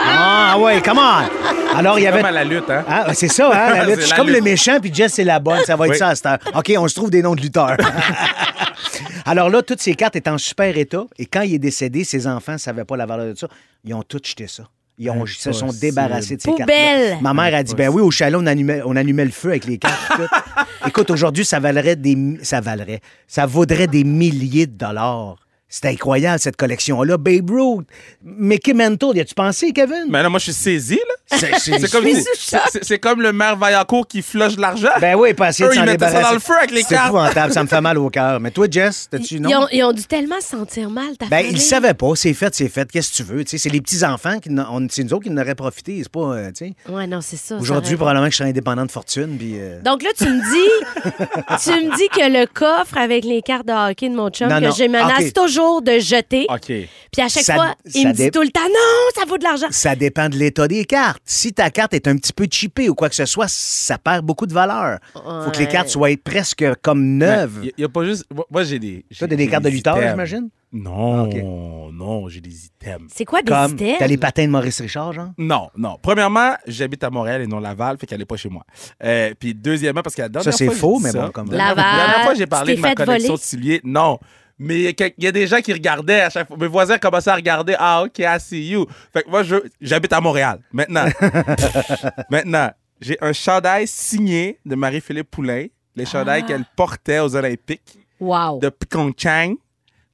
Speaker 2: Ah ouais, come on. Alors, il y avait...
Speaker 4: Comme à la lutte, hein?
Speaker 2: Ah, c'est ça, hein? la lutte.
Speaker 4: C'est
Speaker 2: Je suis
Speaker 4: la
Speaker 2: comme le
Speaker 4: lutte.
Speaker 2: méchant, puis Jess, c'est la bonne. Ça va être
Speaker 4: Oui.
Speaker 2: ça à cette heure. OK, on se trouve des noms de lutteurs. Alors là, toutes ces cartes étaient en super état. Et quand il est décédé, ses enfants ne savaient pas la valeur de ça. Ils ont toutes jeté ça. Ils ont, ils se sont débarrassés de ces cartes.
Speaker 3: Poubelle.
Speaker 2: Ma mère a dit ben oui, au chalet, on allumait, on allumait le feu avec les cartes. et tout. Écoute, aujourd'hui, ça valerait des. mi- Ça valerait. Ça vaudrait des milliers de dollars. C'était incroyable, cette collection-là. Babe Ruth, Mickey Mantle, y as-tu pensé, Kevin?
Speaker 4: Mais non, moi, je suis saisi, là.
Speaker 2: C'est- c'est-
Speaker 4: C'est comme,
Speaker 2: c'est-
Speaker 4: si- c'est- c'est comme le maire Vaillancourt qui floche de l'argent.
Speaker 2: Ben oui, pas essayer
Speaker 4: Eux,
Speaker 2: de s'en
Speaker 4: ils mettaient ça
Speaker 2: débarrasser.
Speaker 4: dans le feu avec les
Speaker 2: C'est
Speaker 4: cartes.
Speaker 2: épouvantable, ça me fait mal au cœur. Mais toi, Jess, t'as-tu non?
Speaker 3: Ils ont, ils ont dû tellement se sentir mal, ta
Speaker 2: Ben,
Speaker 3: famille.
Speaker 2: ils savaient pas, c'est fait, c'est fait, qu'est-ce que tu veux? tu sais, C'est les petits-enfants, qui n'en- on- c'est nous autres qui en auraient profité, c'est pas. euh, tu sais.
Speaker 3: Ouais, non, c'est ça. ça
Speaker 2: Aujourd'hui,
Speaker 3: aurait-
Speaker 2: probablement que je serais indépendant de fortune, puis. euh,
Speaker 3: Donc là, tu me dis, tu me dis que le coffre avec les cartes de hockey de mon chum
Speaker 2: Non,
Speaker 3: que
Speaker 2: non,
Speaker 3: je menace
Speaker 2: ok.
Speaker 3: toujours de jeter.
Speaker 4: OK.
Speaker 3: Puis à chaque
Speaker 2: Ça-
Speaker 3: fois, il
Speaker 2: ça
Speaker 3: me dit
Speaker 2: dé-
Speaker 3: tout le temps, non, ça vaut de l'argent.
Speaker 2: Ça dépend de l'état des cartes. Si ta carte est un petit peu chippée ou quoi que ce soit, ça perd beaucoup de valeur. Faut que les
Speaker 3: Ouais.
Speaker 2: cartes soient presque comme neuves.
Speaker 4: Il n'y a, pas juste. Moi, moi, j'ai des.
Speaker 2: Toi,
Speaker 4: j'ai-
Speaker 2: t'as des
Speaker 4: j'ai
Speaker 2: cartes de lutteur,
Speaker 4: items.
Speaker 2: j'imagine? Ah,
Speaker 4: Non,
Speaker 2: Ok.
Speaker 4: non, j'ai des items.
Speaker 3: C'est quoi des
Speaker 2: Comme
Speaker 3: items?
Speaker 2: t'as les patins de Maurice Richard, genre?
Speaker 4: Non, non. Premièrement, j'habite à Montréal et non Laval, fait qu'elle n'est pas chez moi. Euh, puis deuxièmement, parce que la dernière
Speaker 2: Ça, c'est
Speaker 4: fois, j'ai
Speaker 2: faux,
Speaker 4: dit
Speaker 2: mais
Speaker 4: ça.
Speaker 2: bon, comme-
Speaker 4: La
Speaker 3: Laval,
Speaker 4: dernière fois,
Speaker 3: tu
Speaker 4: j'ai parlé
Speaker 3: t'es
Speaker 4: de ma
Speaker 3: fait
Speaker 4: collection
Speaker 3: voler.
Speaker 4: de souliers. Non. Mais il y a quel- il y a des gens qui regardaient à chaque fois. Mes voisins commençaient à regarder. Ah, OK, I see you. Fait que moi, je- j'habite à Montréal. Maintenant. maintenant, j'ai un chandail signé de Marie-Philippe Poulain. Les
Speaker 3: Ah.
Speaker 4: chandails qu'elle portait aux Olympiques
Speaker 3: Wow.
Speaker 4: de Pyeongchang.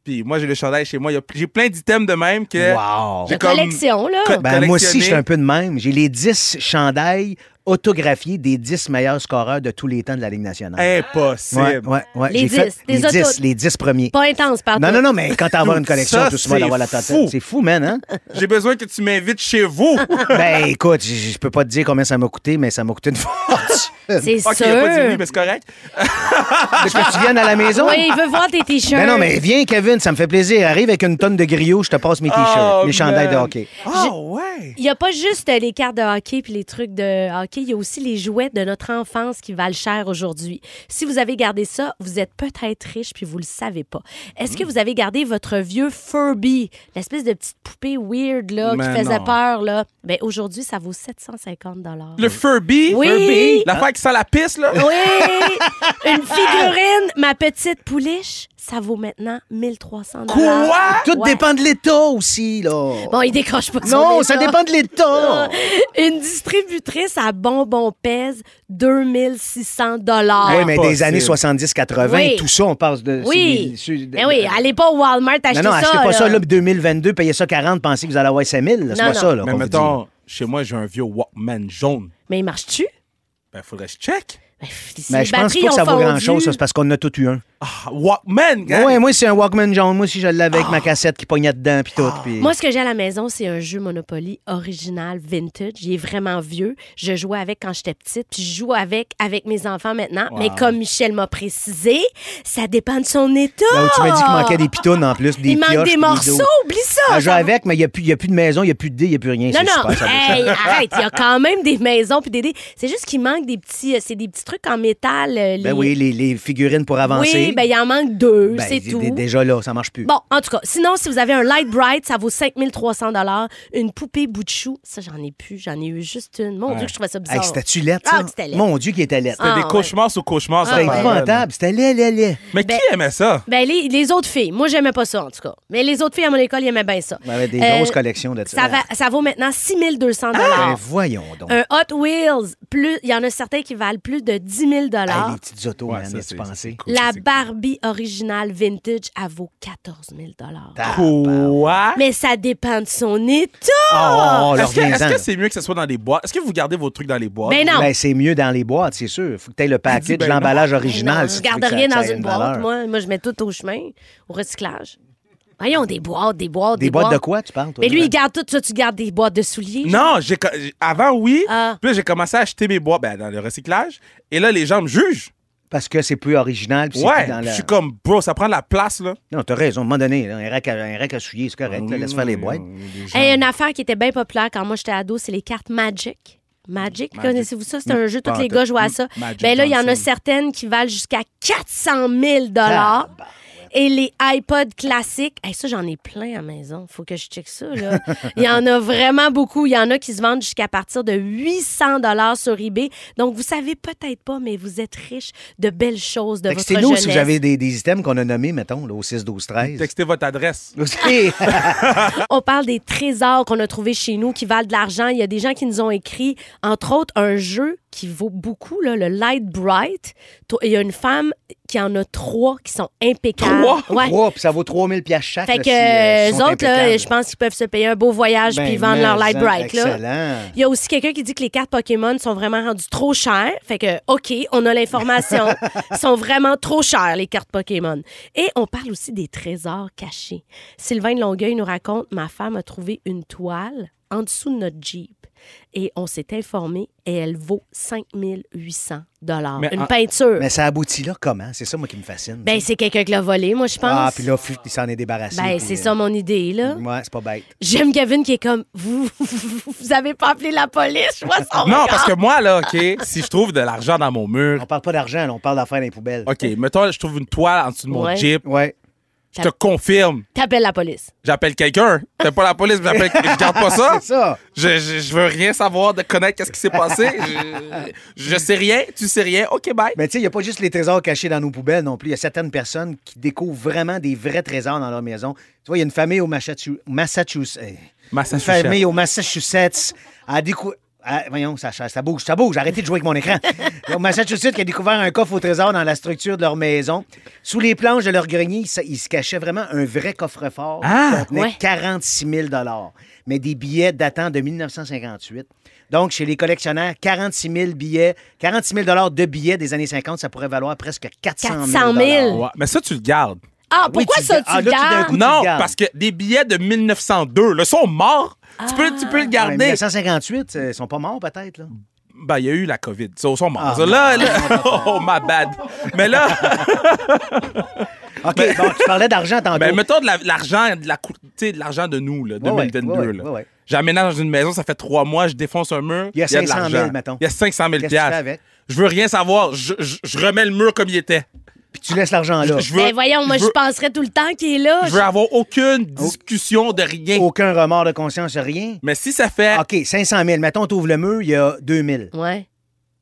Speaker 4: Puis moi, j'ai le chandail chez moi. Il y a- J'ai plein d'items de même que...
Speaker 2: Wow!
Speaker 4: J'ai
Speaker 3: La
Speaker 4: comme-
Speaker 3: collection, là.
Speaker 4: Co-
Speaker 2: Ben, moi aussi,
Speaker 4: collectionner.
Speaker 2: je suis un peu de même. J'ai les 10 chandails autographiés des 10 meilleurs scoreurs de tous les temps de la Ligue nationale.
Speaker 4: Impossible.
Speaker 2: ouais, ouais, ouais.
Speaker 3: Les
Speaker 2: J'ai
Speaker 3: 10,
Speaker 2: fait
Speaker 3: des
Speaker 2: les, 10
Speaker 3: autos-
Speaker 2: les 10 premiers.
Speaker 3: Pas intense, pardon.
Speaker 2: Non, non, non, mais quand t'as avoir une
Speaker 4: Ça,
Speaker 2: collection, tout souvent
Speaker 4: c'est
Speaker 2: d'avoir la totale.
Speaker 4: fou.
Speaker 2: C'est fou, man, hein?
Speaker 4: J'ai besoin que tu m'invites chez vous.
Speaker 2: ben, écoute, je je peux pas te dire combien ça m'a coûté, mais ça m'a coûté une fortune.
Speaker 3: C'est
Speaker 4: OK, il a pas dit oui,
Speaker 3: sûr.
Speaker 4: mais c'est correct.
Speaker 2: Parce que tu viennes à la maison?
Speaker 3: Oui, il veut voir tes t-shirts.
Speaker 2: Ben non, mais viens, Kevin, ça me fait plaisir. Arrive avec une tonne de griots, je te passe mes t-shirts,
Speaker 4: Oh,
Speaker 2: mes chandails de
Speaker 4: man.
Speaker 2: hockey.
Speaker 4: Ah ouais.
Speaker 3: Il n'y a pas juste euh, les cartes de hockey puis les trucs de hockey, il y a aussi les jouets de notre enfance qui valent cher aujourd'hui. Si vous avez gardé ça, vous êtes peut-être riche puis vous le savez pas. Est-ce
Speaker 4: Hmm.
Speaker 3: que vous avez gardé votre vieux Furby, l'espèce de petite poupée weird là,
Speaker 4: Mais
Speaker 3: qui faisait
Speaker 4: non.
Speaker 3: peur là Ben aujourd'hui, ça vaut 750 dollars.
Speaker 4: Le Furby.
Speaker 3: Oui.
Speaker 4: Furby. L'affaire qui sent la pisse, là.
Speaker 3: Oui, une figurine, ma petite pouliche, ça vaut maintenant 1300
Speaker 4: Quoi?
Speaker 2: Tout
Speaker 3: Ouais.
Speaker 2: dépend de l'État aussi, là.
Speaker 3: Bon, il décroche pas.
Speaker 2: non,
Speaker 3: son
Speaker 2: ça
Speaker 3: état.
Speaker 2: dépend de l'État.
Speaker 3: Une distributrice à bonbons pèse 2600
Speaker 2: oui, mais des
Speaker 4: Impossible.
Speaker 2: années 70-80,
Speaker 3: Ah, Oui.
Speaker 2: tout ça, on passe de.
Speaker 3: Oui.
Speaker 2: c'est des- c'est-
Speaker 3: Eh oui, allez pas au Walmart acheter
Speaker 2: Non, non,
Speaker 3: ça.
Speaker 2: achetez pas ça, là, 2022, payez ça 40, pensez que vous allez avoir 5000. là, C'est
Speaker 3: Non,
Speaker 2: pas
Speaker 3: non.
Speaker 2: ça, là.
Speaker 4: Mais
Speaker 2: qu'on vous dit.
Speaker 4: mettons, chez moi, j'ai un vieux Walkman jaune.
Speaker 3: Mais il marche-tu?
Speaker 4: Ben, faudrait que je check.
Speaker 3: Ben, f- si
Speaker 2: Mais
Speaker 3: les
Speaker 2: je pense
Speaker 3: batteries
Speaker 2: pas que ça
Speaker 3: ont
Speaker 2: vaut
Speaker 3: fondu-
Speaker 2: grand-chose, ça, c'est parce qu'on en a tout eu un.
Speaker 4: Ah, Walkman, gars!
Speaker 2: Ouais, moi, c'est un Walkman jaune. Moi aussi, je l'avais avec ma cassette qui pognait dedans, puis tout. puis-
Speaker 3: Moi, ce que j'ai à la maison, c'est un jeu Monopoly original, vintage. Il est vraiment vieux. Je jouais avec quand j'étais petite, puis je joue avec avec mes enfants maintenant. Mais comme Michel m'a précisé, ça dépend de son état.
Speaker 2: Là où tu m'as dit qu'il manquait des pitounes en plus, des
Speaker 3: il manque
Speaker 2: pioches,
Speaker 3: des
Speaker 2: puis
Speaker 3: morceaux,
Speaker 2: dos.
Speaker 3: oublie ça.
Speaker 2: Ah,
Speaker 3: ça
Speaker 2: joue
Speaker 3: va-
Speaker 2: avec, mais il n'y a, plus- il y a plus de maison, il n'y a plus de dés, il n'y a plus rien.
Speaker 3: Non,
Speaker 2: c'est
Speaker 3: non,
Speaker 2: super, ça, vaut ça.
Speaker 3: hey, arrête, il y a quand même des maisons puis des dés. C'est juste qu'il manque des petits, euh, c'est des petits trucs en métal. euh, les-
Speaker 2: Ben oui, les, les figurines pour avancer.
Speaker 3: Oui, ben il en manque deux,
Speaker 2: Ben,
Speaker 3: c'est
Speaker 2: d-
Speaker 3: tout.
Speaker 2: d- Déjà là, ça marche plus.
Speaker 3: Bon, en tout cas, sinon, si vous avez un Light Bright, ça vaut 5300 Une poupée bout de chou, ça, j'en ai plus. J'en ai eu juste une. Mon Dieu, que je trouvais ça bizarre.
Speaker 2: Hey, c'était-tu laid,
Speaker 3: Ah,
Speaker 2: ça?
Speaker 3: que c'était laid.
Speaker 2: Mon Dieu, qui était laid.
Speaker 3: Ah,
Speaker 4: Des
Speaker 3: ouais.
Speaker 4: cauchemars sur cauchemars, ça.
Speaker 2: C'était
Speaker 4: par là.
Speaker 2: épouvantable. C'était laid, laid, laid.
Speaker 4: Mais qui aimait ça?
Speaker 3: Ben, les, les autres filles, moi, j'aimais pas ça, en tout cas. Mais les autres filles à mon école, ils aimaient bien ça.
Speaker 2: On avait des
Speaker 3: Euh,
Speaker 2: grosses collections de ça.
Speaker 3: Ça, va, ça vaut maintenant 6200
Speaker 2: Ben, voyons donc.
Speaker 3: Un Hot Wheels, plus- il y en a certains qui valent plus de 10 000
Speaker 2: Hey, les petites autos,
Speaker 4: Ouais,
Speaker 2: man,
Speaker 4: ça,
Speaker 2: as-tu
Speaker 4: c'est-
Speaker 2: pensé?
Speaker 4: c'est cool, ça,
Speaker 3: La
Speaker 4: c'est
Speaker 3: Barbie originale vintage, elle vaut 14 000
Speaker 4: Quoi?
Speaker 3: Ah, Mais ça dépend de son état. ah.
Speaker 2: Oh, leur
Speaker 4: Est-ce que- est-ce
Speaker 2: viens-en,
Speaker 4: que
Speaker 2: là.
Speaker 4: c'est mieux que ce soit dans des boîtes? Est-ce que vous gardez vos trucs dans les boîtes?
Speaker 3: Ben non.
Speaker 2: Ben, c'est mieux dans les boîtes, c'est sûr. Faut que tu aies le
Speaker 4: dit,
Speaker 2: package,
Speaker 4: ben
Speaker 2: l'emballage
Speaker 3: Non,
Speaker 2: original.
Speaker 3: je
Speaker 2: si tu veux
Speaker 3: garde
Speaker 2: que ça-
Speaker 3: rien
Speaker 2: ça
Speaker 3: dans
Speaker 2: ait
Speaker 3: une boîte,
Speaker 2: valeur.
Speaker 3: moi. Moi, je mets tout au chemin, au recyclage. Voyons, des boîtes, des boîtes, des,
Speaker 2: Des boîtes de quoi, tu parles, toi?
Speaker 3: Mais lui,
Speaker 2: là?
Speaker 3: il garde tout. Toi, tu gardes des boîtes de souliers.
Speaker 4: Non, j'ai co- j'ai- avant, oui.
Speaker 3: Ah.
Speaker 4: Puis là, j'ai commencé à acheter mes boîtes ben, dans le recyclage. Et là, les gens me jugent.
Speaker 2: Parce que c'est plus original. puis c'est
Speaker 4: Ouais.
Speaker 2: plus dans
Speaker 4: Puis
Speaker 2: la-
Speaker 4: Je suis comme, bro, ça prend de la place, là.
Speaker 2: Non, t'as raison. À un moment donné, là, un, rack à, un rack à souliers, c'est correct. là, laisse faire les boîtes.
Speaker 3: Hey, une affaire qui était bien populaire quand moi j'étais ado, c'est les cartes Magic. Magic,
Speaker 4: Magic.
Speaker 3: connaissez-vous ça? C'est un jeu,
Speaker 4: Pas
Speaker 3: tous les
Speaker 4: en tout.
Speaker 3: gars jouent à ça.
Speaker 4: Mm, Magic
Speaker 3: Ben là, il y en a
Speaker 4: Johnson.
Speaker 3: certaines qui valent jusqu'à 400 000
Speaker 2: Ah,
Speaker 3: dollars.
Speaker 2: bah.
Speaker 3: Et les iPods classiques, Hey, ça j'en ai plein à la maison, faut que je check ça. Là. Il y en a vraiment beaucoup. Il y en a qui se vendent jusqu'à partir de 800 dollars sur eBay. Donc vous savez peut-être pas, mais vous êtes riche de belles choses de votre
Speaker 2: Textez-nous
Speaker 3: jeunesse.
Speaker 2: si vous avez des, des items qu'on a nommés, mettons, là, au 6, 12, 13.
Speaker 4: Textez votre adresse.
Speaker 3: On parle des trésors qu'on a trouvés chez nous qui valent de l'argent. Il y a des gens qui nous ont écrit, entre autres, un jeu qui vaut beaucoup, là, le Light Bright. To- Il y a une femme qui en a trois qui sont impeccables.
Speaker 4: Trois?
Speaker 3: Ouais.
Speaker 2: Trois, puis ça vaut 3000 pièces chaque.
Speaker 3: Fait
Speaker 2: là,
Speaker 3: que
Speaker 2: si, euh,
Speaker 3: euh,
Speaker 2: ils sont
Speaker 3: eux autres, là,
Speaker 2: impeccables.
Speaker 3: je pense qu'ils peuvent se payer un beau voyage
Speaker 2: Ben,
Speaker 3: puis vendre leur
Speaker 2: mais
Speaker 3: Light
Speaker 2: en,
Speaker 3: Bright. là.
Speaker 2: Excellent.
Speaker 3: Il y a aussi quelqu'un qui dit que les cartes Pokémon sont vraiment rendues trop chères. Fait que, OK, on a l'information. Ils sont vraiment trop chères, les cartes Pokémon. Et on parle aussi des trésors cachés. Sylvain de Longueuil nous raconte Ma femme a trouvé une toile en dessous de notre Jeep. Et on s'est informé et elle vaut 5800 dollars.
Speaker 4: Mais
Speaker 3: Une
Speaker 4: en-
Speaker 3: peinture.
Speaker 2: Mais ça aboutit là comment? C'est ça, moi, qui me fascine.
Speaker 3: Ben, c'est quelqu'un qui l'a volé, moi, je pense.
Speaker 2: ah, puis là, fut, il s'en est débarrassé.
Speaker 3: ben,
Speaker 2: puis,
Speaker 3: c'est
Speaker 2: euh,
Speaker 3: ça mon idée, là.
Speaker 2: Ouais, c'est pas bête.
Speaker 3: J'aime Gavin qui est comme vous, vous avez pas appelé la police, je vois son
Speaker 4: Non,
Speaker 3: regard.
Speaker 4: parce que moi, là, OK, si je trouve de l'argent dans mon mur,
Speaker 2: On parle pas d'argent, là, on parle d'affaires dans les poubelles.
Speaker 4: OK, mettons, je trouve une toile en dessous de mon
Speaker 3: Ouais.
Speaker 4: Jeep.
Speaker 2: Ouais.
Speaker 4: Je te confirme,
Speaker 3: T'appelles la police.
Speaker 4: j'appelle quelqu'un. C'est pas la police, mais j'appelle- je garde pas ça.
Speaker 2: C'est ça.
Speaker 4: Je, je, je veux rien savoir de connaître qu'est-ce qui s'est passé. Je, je sais rien, tu sais rien. OK, bye.
Speaker 2: Mais tu sais, il n'y a pas juste les trésors cachés dans nos poubelles non plus. Il y a certaines personnes qui découvrent vraiment des vrais trésors dans leur maison. Tu vois, il y a une famille au Machachu- Massachusetts. eh, Une
Speaker 4: Massachusetts.
Speaker 2: famille au Massachusetts a découvert. voyons, ça, change, ça bouge, ça bouge. Arrêtez de jouer avec mon écran. Au Massachusetts, qui a découvert un coffre au trésor dans la structure de leur maison. Sous les planches de leur grenier, il se- il se cachait vraiment un vrai coffre-fort
Speaker 4: Ah!
Speaker 2: qui contenait
Speaker 3: Ouais.
Speaker 2: 46 000 mais des billets datant de 1958. Donc, chez les collectionneurs, 46 000 billets, 46 000 de billets des années 50, ça pourrait valoir presque 400 000
Speaker 3: 400 000.
Speaker 4: Ouais, mais ça, tu le gardes.
Speaker 3: Ah,
Speaker 2: oui,
Speaker 3: pourquoi
Speaker 2: tu
Speaker 3: ça
Speaker 2: dis- ah,
Speaker 3: tu
Speaker 2: là, tout d'un
Speaker 3: gardes?
Speaker 2: coup, tu
Speaker 4: non,
Speaker 2: le gardes.
Speaker 4: parce que des billets de 1902, là, sont morts.
Speaker 3: Ah.
Speaker 4: Tu, peux, tu peux le
Speaker 2: Ouais,
Speaker 4: garder.
Speaker 2: 1958, euh, ils sont pas morts peut-être. là.
Speaker 4: Ben, il y a eu la COVID. Ils sont morts.
Speaker 2: Ah,
Speaker 4: Ça, là, là- oh, my bad. Mais là,
Speaker 2: OK, bon, tu parlais d'argent tantôt.
Speaker 4: ben, mettons de la- de l'argent de, la, cou- tu sais, de, l'argent de nous, là,
Speaker 2: Ouais, ouais,
Speaker 4: 2022.
Speaker 2: ouais, ouais,
Speaker 4: là.
Speaker 2: ouais, ouais.
Speaker 4: J'aménage dans une maison, ça fait trois mois, je défonce un mur.
Speaker 2: Il y a
Speaker 4: de
Speaker 2: 500 000,
Speaker 4: l'argent.
Speaker 2: mettons.
Speaker 4: Il y a 500 000
Speaker 2: Qu'est-ce que tu fais
Speaker 4: piastres.
Speaker 2: avec?
Speaker 4: Je veux rien savoir. Je, je- je remets le mur comme il était.
Speaker 2: Puis tu laisses l'argent là.
Speaker 4: Je veux,
Speaker 3: Ben voyons, moi,
Speaker 4: je
Speaker 3: je
Speaker 4: veux-
Speaker 3: penserais tout le temps qu'il est là.
Speaker 4: je veux avoir aucune discussion de rien.
Speaker 2: Aucun remords de conscience, rien.
Speaker 3: Euh,
Speaker 2: Ah,
Speaker 4: Mais si ça fait
Speaker 2: OK, 500 000. Mettons, tu ouvres le mur, il y a 2 000.
Speaker 3: Ouais.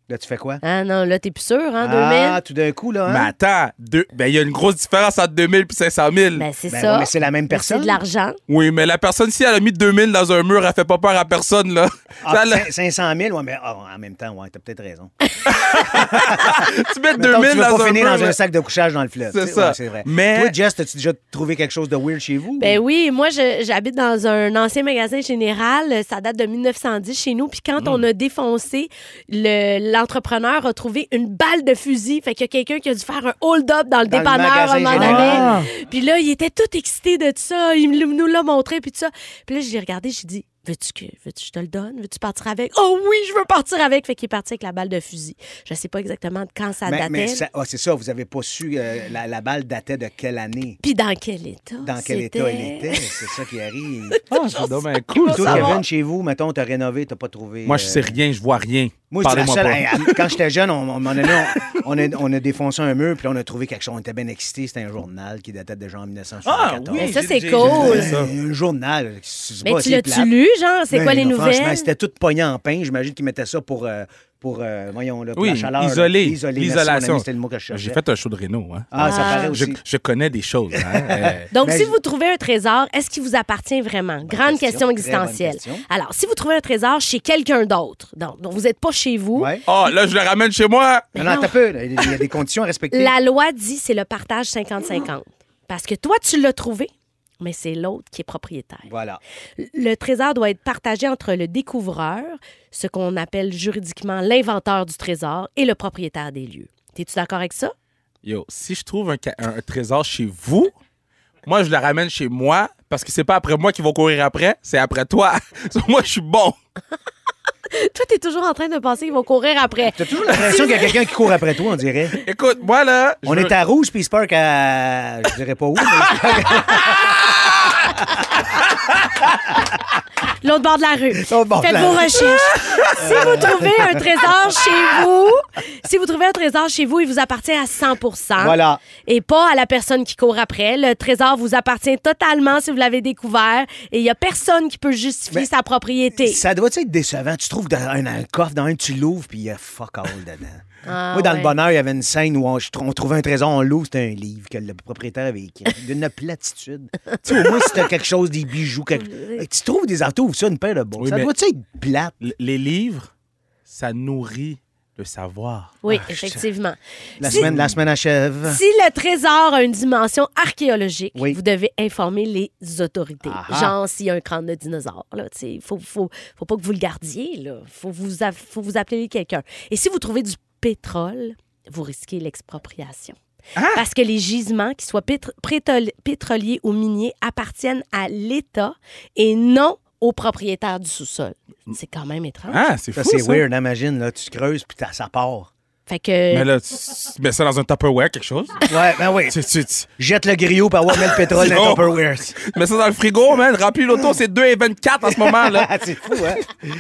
Speaker 2: Là, tu fais quoi?
Speaker 3: Ah non, là, t'es plus sûr, hein, 2000?
Speaker 2: Ah, tout d'un coup, là. hein?
Speaker 4: Mais attends, deux- ben, il y a une grosse différence entre 2000 et 500 000.
Speaker 3: Ben, c'est
Speaker 2: Ben
Speaker 3: ça.
Speaker 2: oui, mais c'est la même
Speaker 3: Mais C'est
Speaker 2: personne.
Speaker 3: de l'argent.
Speaker 4: Oui, mais la personne, si elle a mis 2000 dans un mur, elle fait pas peur à personne, là.
Speaker 2: Ah,
Speaker 4: Ça, là,
Speaker 2: cin- 500 000, ouais, mais ah, en même temps, ouais, t'as peut-être raison.
Speaker 4: tu mets
Speaker 2: Mettons,
Speaker 4: 2000
Speaker 2: tu vas
Speaker 4: dans
Speaker 2: pas
Speaker 4: un
Speaker 2: finir
Speaker 4: mur.
Speaker 2: dans
Speaker 4: là.
Speaker 2: un sac de couchage dans le fleuve.
Speaker 4: C'est
Speaker 2: tu sais,
Speaker 4: ça.
Speaker 2: ouais, c'est vrai.
Speaker 4: Mais-
Speaker 2: Toi, Jess, as-tu déjà trouvé quelque chose de weird chez vous?
Speaker 3: Ben oui, moi, je- j'habite dans un ancien magasin général. Euh, Ça date de 1910 chez nous. Puis quand
Speaker 2: Hmm.
Speaker 3: on a défoncé, le- l'entrepreneur a trouvé une balle de fusil. Fait qu'il y a quelqu'un qui a dû faire un hold-up dans le
Speaker 2: Dans le
Speaker 3: dépanneur à un
Speaker 2: magasin
Speaker 3: moment donné.
Speaker 2: général.
Speaker 3: Puis là, il était tout excité de ça. Il me- nous l'a montré, puis tout ça. Puis là, je l'ai regardé, j'ai dit Veux-tu que veux-tu que je te le donne Veux-tu partir avec Oh oui, je veux partir avec. Fait qu'il est parti avec la balle de fusil. Je sais pas exactement de quand ça
Speaker 2: Mais,
Speaker 3: datait.
Speaker 2: mais ça- ah, c'est ça, vous avez pas su euh, la, la balle datait de quelle année?
Speaker 3: Puis dans quel état
Speaker 2: Dans quel état
Speaker 3: c'était?
Speaker 2: elle était? C'est ça qui arrive.
Speaker 4: Ah, c'est dommage, cool,
Speaker 2: Toi,
Speaker 4: ça.
Speaker 2: Kevin, chez vous, mettons, t'as rénové, t'as pas trouvé.
Speaker 4: Moi, je
Speaker 2: euh,
Speaker 4: sais rien, je vois rien.
Speaker 2: Moi, j'étais la
Speaker 4: Parlez-moi
Speaker 2: seule-
Speaker 4: pas.
Speaker 2: hey, à- quand j'étais jeune, on, on, m'en a mis, on- on a, on a défoncé un mur, puis on a trouvé quelque chose. On était bien excités. C'était un journal qui datait déjà en 1974.
Speaker 4: Ah, oui,
Speaker 3: Mais ça,
Speaker 4: j'ai-
Speaker 3: c'est
Speaker 4: j'ai-
Speaker 3: cool.
Speaker 4: j'ai fait ça.
Speaker 2: Un journal. euh, c'est
Speaker 3: Mais
Speaker 2: pas-
Speaker 3: tu
Speaker 2: c'est
Speaker 3: l'as-tu
Speaker 2: plate.
Speaker 3: lu, genre? C'est
Speaker 2: Ben
Speaker 3: quoi les
Speaker 2: non, Franchement,
Speaker 3: nouvelles?
Speaker 2: c'était tout pogné en pain. J'imagine qu'ils mettaient ça pour, euh, pour euh, voyons, là, pour
Speaker 4: Oui,
Speaker 2: la chaleur. là.
Speaker 4: isolé.
Speaker 2: Isolé. Merci, mon
Speaker 4: L'isolation.
Speaker 2: ami, C'était le mot que je cherchais.
Speaker 4: J'ai fait un show de Renault. Hein.
Speaker 2: Ah, ça
Speaker 3: Ah.
Speaker 2: paraît
Speaker 4: Je,
Speaker 2: aussi.
Speaker 4: je connais des choses. Hein. Euh,
Speaker 3: Donc,
Speaker 2: Mais
Speaker 3: si
Speaker 2: je-
Speaker 3: vous trouvez un trésor, est-ce qu'il vous appartient vraiment? Grande
Speaker 2: question,
Speaker 3: question,
Speaker 2: très bonne
Speaker 3: existentielle.
Speaker 2: question.
Speaker 3: Alors, si vous trouvez un trésor chez quelqu'un d'autre, donc, donc vous n'êtes pas chez vous,
Speaker 2: Ouais.
Speaker 4: oh, là, je le ramène chez moi.
Speaker 2: Non, non, t'as peu. là. Il y a des conditions à respecter.
Speaker 3: La loi dit c'est le partage 50-50. Parce que toi, tu l'as trouvé, mais c'est l'autre qui est propriétaire.
Speaker 2: Voilà.
Speaker 3: Le trésor doit être partagé entre le découvreur, ce qu'on appelle juridiquement l'inventeur du trésor, et le propriétaire des lieux. T'es-tu d'accord avec ça?
Speaker 4: Yo, si je trouve un, ca- un- un trésor chez vous, moi, je le ramène chez moi parce que c'est pas après moi qu'ils vont courir après, c'est après toi. So, moi, je suis bon.
Speaker 3: Toi, t'es toujours en train de penser qu'ils vont courir après.
Speaker 2: T'as toujours l'impression qu'il y a quelqu'un qui court après toi, on dirait.
Speaker 4: Écoute, moi, là. je
Speaker 2: On
Speaker 4: veux-
Speaker 2: est à Rouge, puis il se park à. Je dirais pas où. mais-
Speaker 3: L'autre bord de la rue.
Speaker 2: L'autre bord de
Speaker 3: Faites
Speaker 2: la
Speaker 3: vos
Speaker 2: rue.
Speaker 3: recherches. si vous trouvez un trésor chez vous, si vous trouvez un trésor chez vous, il vous appartient à 100
Speaker 2: Voilà.
Speaker 3: Et pas à la personne qui court après. Le trésor vous appartient totalement si vous l'avez découvert. Et il n'y a personne qui peut justifier
Speaker 2: Mais-
Speaker 3: sa propriété.
Speaker 2: Ça doit être décevant. Tu trouves dans un, un coffre, dans un, tu l'ouvres, puis il y a fuck all dedans.
Speaker 3: Ah,
Speaker 2: Moi, dans
Speaker 3: ouais.
Speaker 2: le bonheur, il y avait une scène où on, je tr- on trouvait un trésor, on l'ouvre, c'était un livre que le propriétaire avait écrit. D'une platitude. tu sais, au moins, si t'as quelque chose, des bijoux, quelque... tu trouves des autos, ouvre ça, une paire de bourses.
Speaker 4: Oui,
Speaker 2: ça
Speaker 4: mais-
Speaker 2: doit être plate.
Speaker 4: L- Les livres, ça nourrit le savoir.
Speaker 3: Oui,
Speaker 2: Ah, je-
Speaker 3: effectivement.
Speaker 2: La,
Speaker 3: Si-
Speaker 2: semaine, la semaine
Speaker 4: Ah.
Speaker 2: achève.
Speaker 3: Si le trésor a une dimension archéologique,
Speaker 2: Oui.
Speaker 3: vous devez informer les autorités.
Speaker 2: Aha.
Speaker 3: Genre, s'il y a un crâne de dinosaure, là, tu sais, il faut, faut, faut pas que vous le gardiez, là. Faut vous, a- faut vous appeler quelqu'un. Et si vous trouvez du pétrole, vous risquez l'expropriation.
Speaker 4: Ah!
Speaker 3: Parce que les gisements, qu'ils soient pétr- pétrol- pétroliers ou miniers, appartiennent à l'État et non aux propriétaires du sous-sol. C'est quand même étrange.
Speaker 4: Ah, c'est fou.
Speaker 2: Ça, c'est
Speaker 4: ça.
Speaker 2: weird, imagine. Là, tu creuses, puis t'as- ça part.
Speaker 3: Fait que...
Speaker 4: Mais là, tu tu mets ça dans un Tupperware, quelque chose.
Speaker 2: Ouais, ben oui.
Speaker 4: tu, tu- tu-
Speaker 2: Jette le griot pour avoir mis le pétrole dans
Speaker 4: Non.
Speaker 2: le Tupperware.
Speaker 4: tu mets ça dans le frigo, man. Remplis l'auto, c'est 2 et 24 en ce moment, là.
Speaker 2: c'est fou, hein?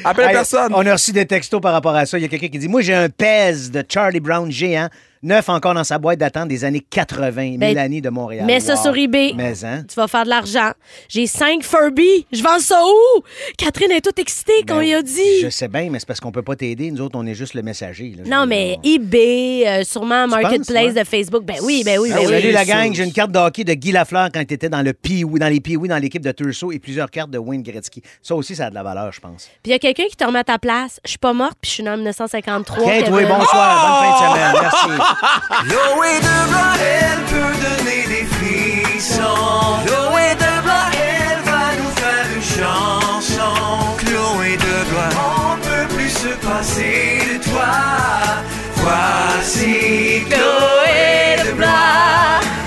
Speaker 4: Appelle
Speaker 2: Hey,
Speaker 4: personne.
Speaker 2: On a reçu des textos par rapport à ça. Il y a quelqu'un qui dit Moi, j'ai un pèse de Charlie Brown géant, neuf encore dans sa boîte d'attente des années 80,
Speaker 3: Ben,
Speaker 2: Mélanie de Montréal.
Speaker 3: Mets ça
Speaker 2: Wow.
Speaker 3: sur eBay.
Speaker 2: Mais, hein?
Speaker 3: Tu vas faire de l'argent. J'ai cinq Furby. Je vends ça où? Catherine est toute excitée quand
Speaker 2: Ben,
Speaker 3: il a dit.
Speaker 2: Je sais bien, mais c'est parce qu'on peut pas t'aider. Nous autres, on est juste le messager. là.
Speaker 3: Non,
Speaker 2: Je-
Speaker 3: mais
Speaker 2: on-
Speaker 3: eBay, euh, sûrement Marketplace
Speaker 2: penses, ouais?
Speaker 3: de Facebook. Ben oui, ben oui,
Speaker 2: Ah
Speaker 3: ben
Speaker 2: oui,
Speaker 3: oui.
Speaker 2: Salut la gang, j'ai une carte de hockey de Guy Lafleur quand il était dans le Pee-Wee, dans les Pee-Wee, dans l'équipe de Turso et plusieurs cartes de Wayne Gretzky. Ça aussi, ça a de la valeur, je pense.
Speaker 3: Puis il y a quelqu'un qui te remet à ta place. Je suis pas morte, puis je suis née en 1953.
Speaker 2: Kate,
Speaker 3: Kevin.
Speaker 2: oui, bonsoir, bonne fin de semaine, merci.
Speaker 3: Ah!
Speaker 1: Noé de Blanc, elle peut donner des frissons. Noé de Blanc, elle va nous faire une chanson. Chloé de Blois, on peut plus se passer de toi. Voici Chloé de Blois.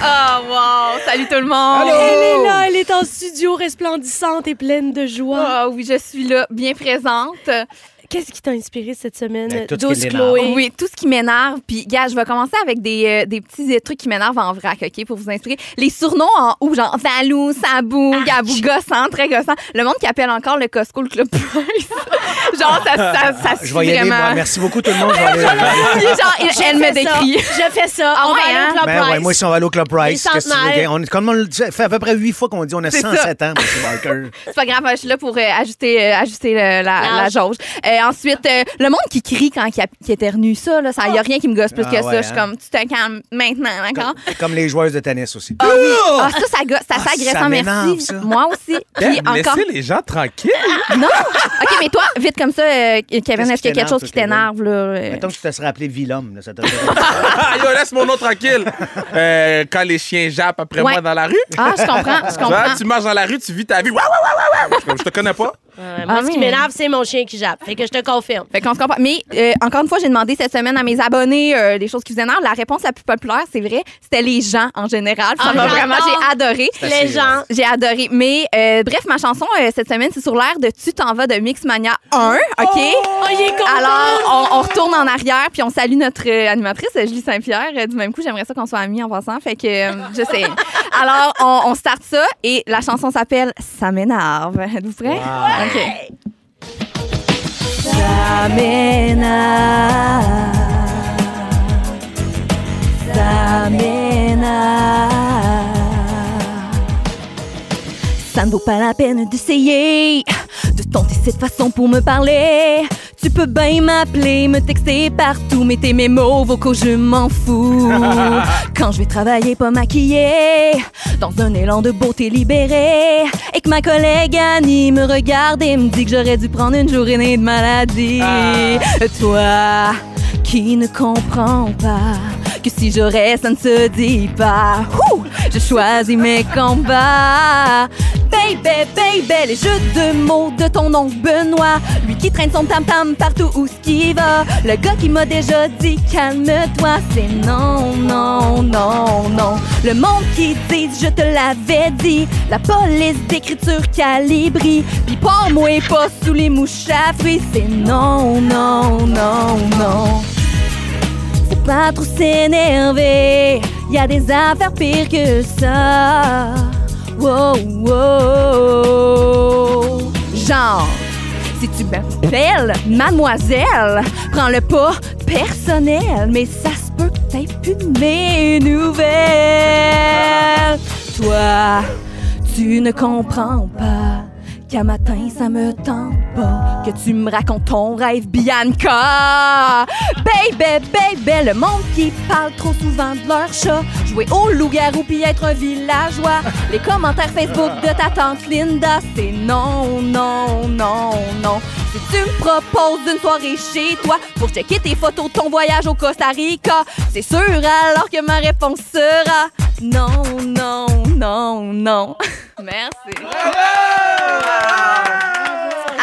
Speaker 8: Oh, wow! Salut tout le monde!
Speaker 3: Elle est là, elle est en studio resplendissante et pleine de joie.
Speaker 8: Oh, oui, je suis là, bien présente.
Speaker 3: Qu'est-ce qui t'a inspiré cette semaine,
Speaker 2: Ben, tout ce
Speaker 3: Douce
Speaker 2: qui
Speaker 3: Chloé?
Speaker 8: Oui, tout ce qui m'énerve. Puis, gars, je vais commencer avec des, euh, des petits euh, trucs qui m'énervent en vrac, OK, pour vous inspirer. Les surnoms en ou, genre Valou, Sabou,
Speaker 3: Ah,
Speaker 8: Gabou, gossant, très gossant. Le monde qui appelle encore le Costco le Club Price. genre, ça, ça, ça
Speaker 3: Ah,
Speaker 8: suit
Speaker 2: Ah, Je vais y aller,
Speaker 8: vraiment.
Speaker 2: moi. Merci beaucoup, tout le monde. Je vais aller-
Speaker 8: Puis, genre, il- elle me
Speaker 3: Fais ça,
Speaker 8: décrit.
Speaker 3: Je fais ça.
Speaker 8: Ah
Speaker 3: On va
Speaker 8: ouais,
Speaker 3: aller au
Speaker 8: hein?
Speaker 3: Club
Speaker 2: Ben ouais,
Speaker 3: Price.
Speaker 2: moi, si on va aller au Club Price,
Speaker 3: Les
Speaker 2: qu'est-ce que tu veux
Speaker 3: centenaires.
Speaker 2: dire? On, comme on le dit, ça fait à peu près huit fois qu'on dit on a
Speaker 8: C'est ça.
Speaker 2: 107 ans, M. Barker.
Speaker 8: C'est pas grave, je suis là pour euh, ajuster, euh, ajuster le- la, la
Speaker 3: L'âge.
Speaker 8: jauge. Euh, Euh, ensuite, euh, le monde qui crie quand il, a- qui éternue, ça, là, ça, il y a rien qui me gosse plus
Speaker 2: Ah
Speaker 8: que
Speaker 2: ouais,
Speaker 8: ça. Je suis
Speaker 2: hein?
Speaker 8: comme, tu te calmes maintenant, d'accord?
Speaker 2: Comme, comme les joueuses de tennis aussi.
Speaker 8: Ah oui! Ah, ça, ça gosse, ça,
Speaker 2: Ah,
Speaker 8: ça agresse,
Speaker 2: ça
Speaker 8: hein,
Speaker 2: m'énerve,
Speaker 8: merci.
Speaker 2: ça. Hein?
Speaker 8: Moi aussi.
Speaker 4: Ben,
Speaker 8: Puis encore.
Speaker 4: Laissez les gens tranquilles.
Speaker 8: Non! OK, mais toi, vite comme ça, euh, Kevin,
Speaker 2: qui
Speaker 8: est-ce qu'il y a
Speaker 2: t'énerve,
Speaker 8: quelque chose qui
Speaker 2: toi, Kevin?
Speaker 8: t'énerve, là? euh?
Speaker 2: Mettons que tu te serais appelé Vilhomme. là, ça t'aurait-
Speaker 4: Ah, Yo, laisse mon nom tranquille. Euh, quand les chiens jappent après
Speaker 8: Ouais.
Speaker 4: moi dans la rue.
Speaker 8: Ah, je comprends, je
Speaker 4: Tu vois,
Speaker 8: comprends.
Speaker 4: tu marches dans la rue, tu vis ta vie. Ouah, ouah, ouah, ouah, ouah. Je suis comme, Je te connais pas.
Speaker 3: Ouais, moi,
Speaker 8: Ah,
Speaker 3: ce qui
Speaker 8: mais-
Speaker 3: m'énerve, c'est mon chien qui jappe. Fait que je te confirme.
Speaker 8: Fait qu'on se comprend. Mais euh, encore une fois, j'ai demandé cette semaine à mes abonnés euh, les choses qui vous énervent. La réponse la plus populaire, c'est vrai, c'était les gens en général. Ça
Speaker 3: Ah,
Speaker 8: m'a
Speaker 3: j'adore.
Speaker 8: vraiment, j'ai adoré.
Speaker 3: Les gens.
Speaker 8: J'ai adoré. Mais euh, bref, ma chanson euh, cette semaine, c'est sur l'air de Tu t'en vas de Mixmania 1. OK?
Speaker 3: Oh, il est content.
Speaker 8: Alors, on, on retourne en arrière, puis on salue notre euh, animatrice, euh, Julie Saint-Pierre. Euh, Du même coup, j'aimerais ça qu'on soit amis en passant. Fait que, euh, je sais. Alors, on, on start ça, et la chanson s'appelle Ça m'énerve. Êtes-vous prêts? OK. Ça m'énerve. Ça m'énerve. Ça ne vaut pas la peine d'essayer de tenter cette façon pour me parler. Tu peux bien m'appeler, me texter partout, mais tes mémos vocaux, je m'en fous. Quand je vais travailler pas maquillée, dans un élan de beauté libérée, et que ma collègue Annie me regarde et me dit que j'aurais dû prendre une journée de maladie. Toi qui ne comprends pas que si je reste, ça ne se dit pas. Ouh, je choisis mes combats. Baby, baby, les jeux de mots de ton oncle Benoît. Lui qui traîne son tam-tam partout où ce qu'il va. Le gars qui m'a déjà dit calme-toi, c'est non, non, non, non. Le monde qui dit je te l'avais dit. La police d'écriture calibri. Puis pas moi et pas sous les mouches à fruits, c'est non, non, non, non faut pas trop s'énerver. Y a des affaires pires que ça. Wow, wow. Genre, si tu m'appelles mademoiselle, prends le pas personnel, mais ça se peut que t'aies plus de mes nouvelles. Toi, tu ne comprends pas. Qu'à matin, ça me tente pas que tu me racontes ton rêve, Bianca. Baby, baby, le monde qui parle trop souvent de leur chat. Jouer au loup-garou puis être un villageois. Les commentaires Facebook de ta tante Linda, c'est non, non, non, non. Si tu me proposes une soirée chez toi pour checker tes photos de ton voyage au Costa Rica, c'est sûr alors que ma réponse sera non, non, non, non. Merci.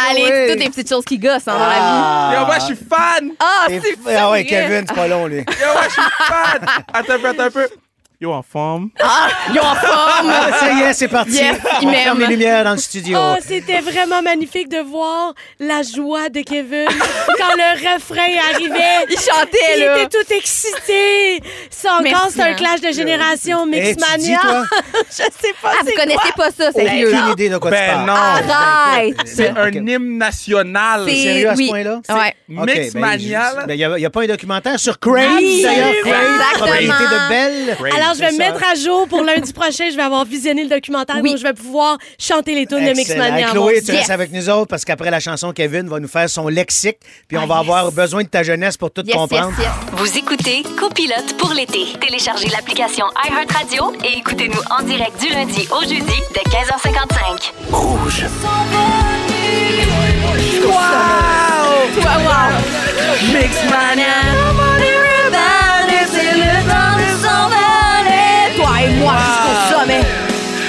Speaker 8: Allez,
Speaker 2: Ah Oui.
Speaker 8: c'est toutes des petites choses qui gossent hein, dans la vie.
Speaker 4: Yo,
Speaker 2: Ah,
Speaker 4: moi, je suis fan.
Speaker 8: Ah,
Speaker 2: Et-
Speaker 8: c'est Ah,
Speaker 2: ah ouais,
Speaker 8: vrai.
Speaker 2: Kevin, c'est pas long, lui.
Speaker 4: Yo, moi, je suis fan. Attends un peu, attends un peu. Yo, en forme.
Speaker 8: Ah, ils ont en forme.
Speaker 2: Ah, ça y est, c'est parti.
Speaker 8: Yes, il
Speaker 2: On ferme
Speaker 8: m'aime. Ah,
Speaker 2: les lumières dans le studio.
Speaker 3: Oh, c'était vraiment magnifique de voir la joie de Kevin quand le refrain arrivait.
Speaker 8: Ils chantaient,
Speaker 3: Il
Speaker 8: là.
Speaker 3: était tout excité. Ça encore,
Speaker 8: Merci,
Speaker 3: c'est un
Speaker 8: hein.
Speaker 3: clash de génération,
Speaker 2: Eh, tu dis,
Speaker 3: Mixmania.
Speaker 2: toi,
Speaker 3: Je sais pas
Speaker 8: Ah, vous
Speaker 3: c'est
Speaker 8: connaissez pas ça,
Speaker 2: Oh,
Speaker 8: sérieux.
Speaker 2: aucune idée de quoi tu parles.
Speaker 4: Ben non.
Speaker 8: Arrête.
Speaker 4: C'est un hymne national.
Speaker 8: Ah, C'est-
Speaker 2: Sérieux à ce
Speaker 8: oui.
Speaker 2: point-là?
Speaker 8: Ouais.
Speaker 2: OK, ben,
Speaker 4: Mixmania,
Speaker 2: je-
Speaker 4: là.
Speaker 2: ben, Il n'y a, il y a pas un documentaire sur Crave,
Speaker 3: Absolument.
Speaker 2: d'ailleurs. Crave,
Speaker 8: Exactement.
Speaker 2: propriété de Belle.
Speaker 4: Crave.
Speaker 3: Alors, je vais me
Speaker 2: C'est ça.
Speaker 3: mettre à jour pour lundi prochain. Je vais avoir visionné le documentaire,
Speaker 8: Oui.
Speaker 3: donc je vais pouvoir chanter les tunes de
Speaker 2: Excellent. Hey,
Speaker 3: Mixmania.
Speaker 2: Chloé,
Speaker 3: mon
Speaker 2: tu
Speaker 3: Dieu.
Speaker 2: restes avec nous autres parce qu'après la chanson, Kevin va nous faire son lexique, puis on va avoir besoin de ta jeunesse pour tout
Speaker 8: Ah, Yes, yes,
Speaker 2: comprendre.
Speaker 8: yes.
Speaker 7: Vous écoutez Copilote pour l'été. Téléchargez l'application iHeartRadio et écoutez-nous en direct du lundi au jeudi dès 15h55.
Speaker 8: Toi et moi jusqu'au sommet.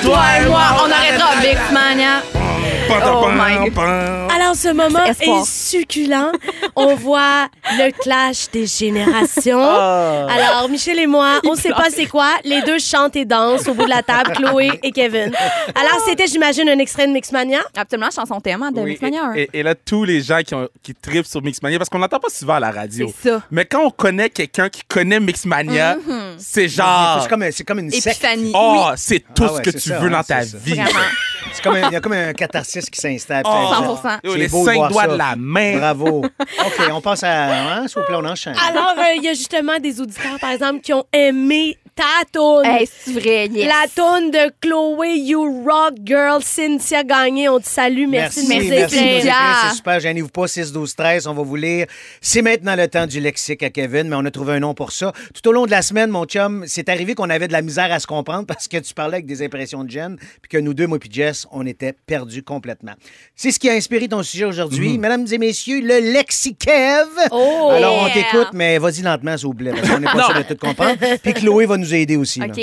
Speaker 8: Toi et moi, on arrêtera Mixmania. Oh my
Speaker 3: Alors, ce moment
Speaker 8: C'est espoir.
Speaker 3: est succulent. On voit le clash des générations.
Speaker 8: Ah.
Speaker 3: Alors, Michel et moi, on sait pas c'est quoi. Les deux chantent et dansent au bout de la table, Chloé et Kevin. Alors, c'était, j'imagine, un extrait de Mixmania.
Speaker 8: Absolument, chanson thème hein, de
Speaker 4: Oui,
Speaker 8: Mixmania 1.
Speaker 4: et, et- et là, tous les gens qui, ont, qui tripent sur Mixmania, parce qu'on n'entend pas souvent à la radio.
Speaker 8: C'est ça. Mhm.
Speaker 4: Mais quand on connaît quelqu'un qui connaît Mixmania, c'est genre.
Speaker 2: C'est comme, un- c'est comme une secte.
Speaker 8: Épiphanie.
Speaker 4: Oh, c'est
Speaker 2: Ah
Speaker 4: tout
Speaker 2: ouais,
Speaker 4: ce que
Speaker 2: c'est
Speaker 4: tu
Speaker 2: ça,
Speaker 4: veux
Speaker 2: hein,
Speaker 4: dans ta
Speaker 2: c'est ça.
Speaker 8: Oui,
Speaker 4: vie.
Speaker 8: vraiment.
Speaker 2: C'est comme un- Il y a comme un catharsis qui s'installe. puis
Speaker 4: Oh.
Speaker 2: ça-
Speaker 8: 100%.
Speaker 4: Yo,
Speaker 2: C'est
Speaker 4: les
Speaker 2: beau
Speaker 4: cinq
Speaker 2: voir
Speaker 4: doigts
Speaker 2: ça.
Speaker 4: de la main.
Speaker 2: Bravo. OK, on passe à... Hein, S'il vous plaît, on enchaîne.
Speaker 3: Alors, euh, il y a justement des auditeurs, par exemple, qui ont aimé ta toune.
Speaker 8: Hey, c'est vrai, yes.
Speaker 3: La toune de Chloé, You Rock Girl, Cynthia Gagné. On te salue. Merci, de nous
Speaker 8: merci,
Speaker 3: écrire.
Speaker 8: Cynthia.
Speaker 2: C'est super, gênez-vous pas, 6, 12, 13, on va vous lire. C'est maintenant le temps du lexique à Kevin, mais on a trouvé un nom pour ça. Tout au long de la semaine, mon chum, c'est arrivé qu'on avait de la misère à se comprendre parce que tu parlais avec des impressions de gêne, puis que nous deux, moi puis Jess, on était perdus complètement. C'est ce qui a inspiré ton sujet
Speaker 4: Mhm.
Speaker 2: aujourd'hui. Mesdames et messieurs, le lexiquev.
Speaker 8: Oh,
Speaker 2: Alors, on
Speaker 8: yeah.
Speaker 2: t'écoute, mais vas-y lentement, s'il vous plaît, parce qu'on n'est pas sûr de tout comprendre. Puis Chloé va nous aider aussi. là.
Speaker 8: OK.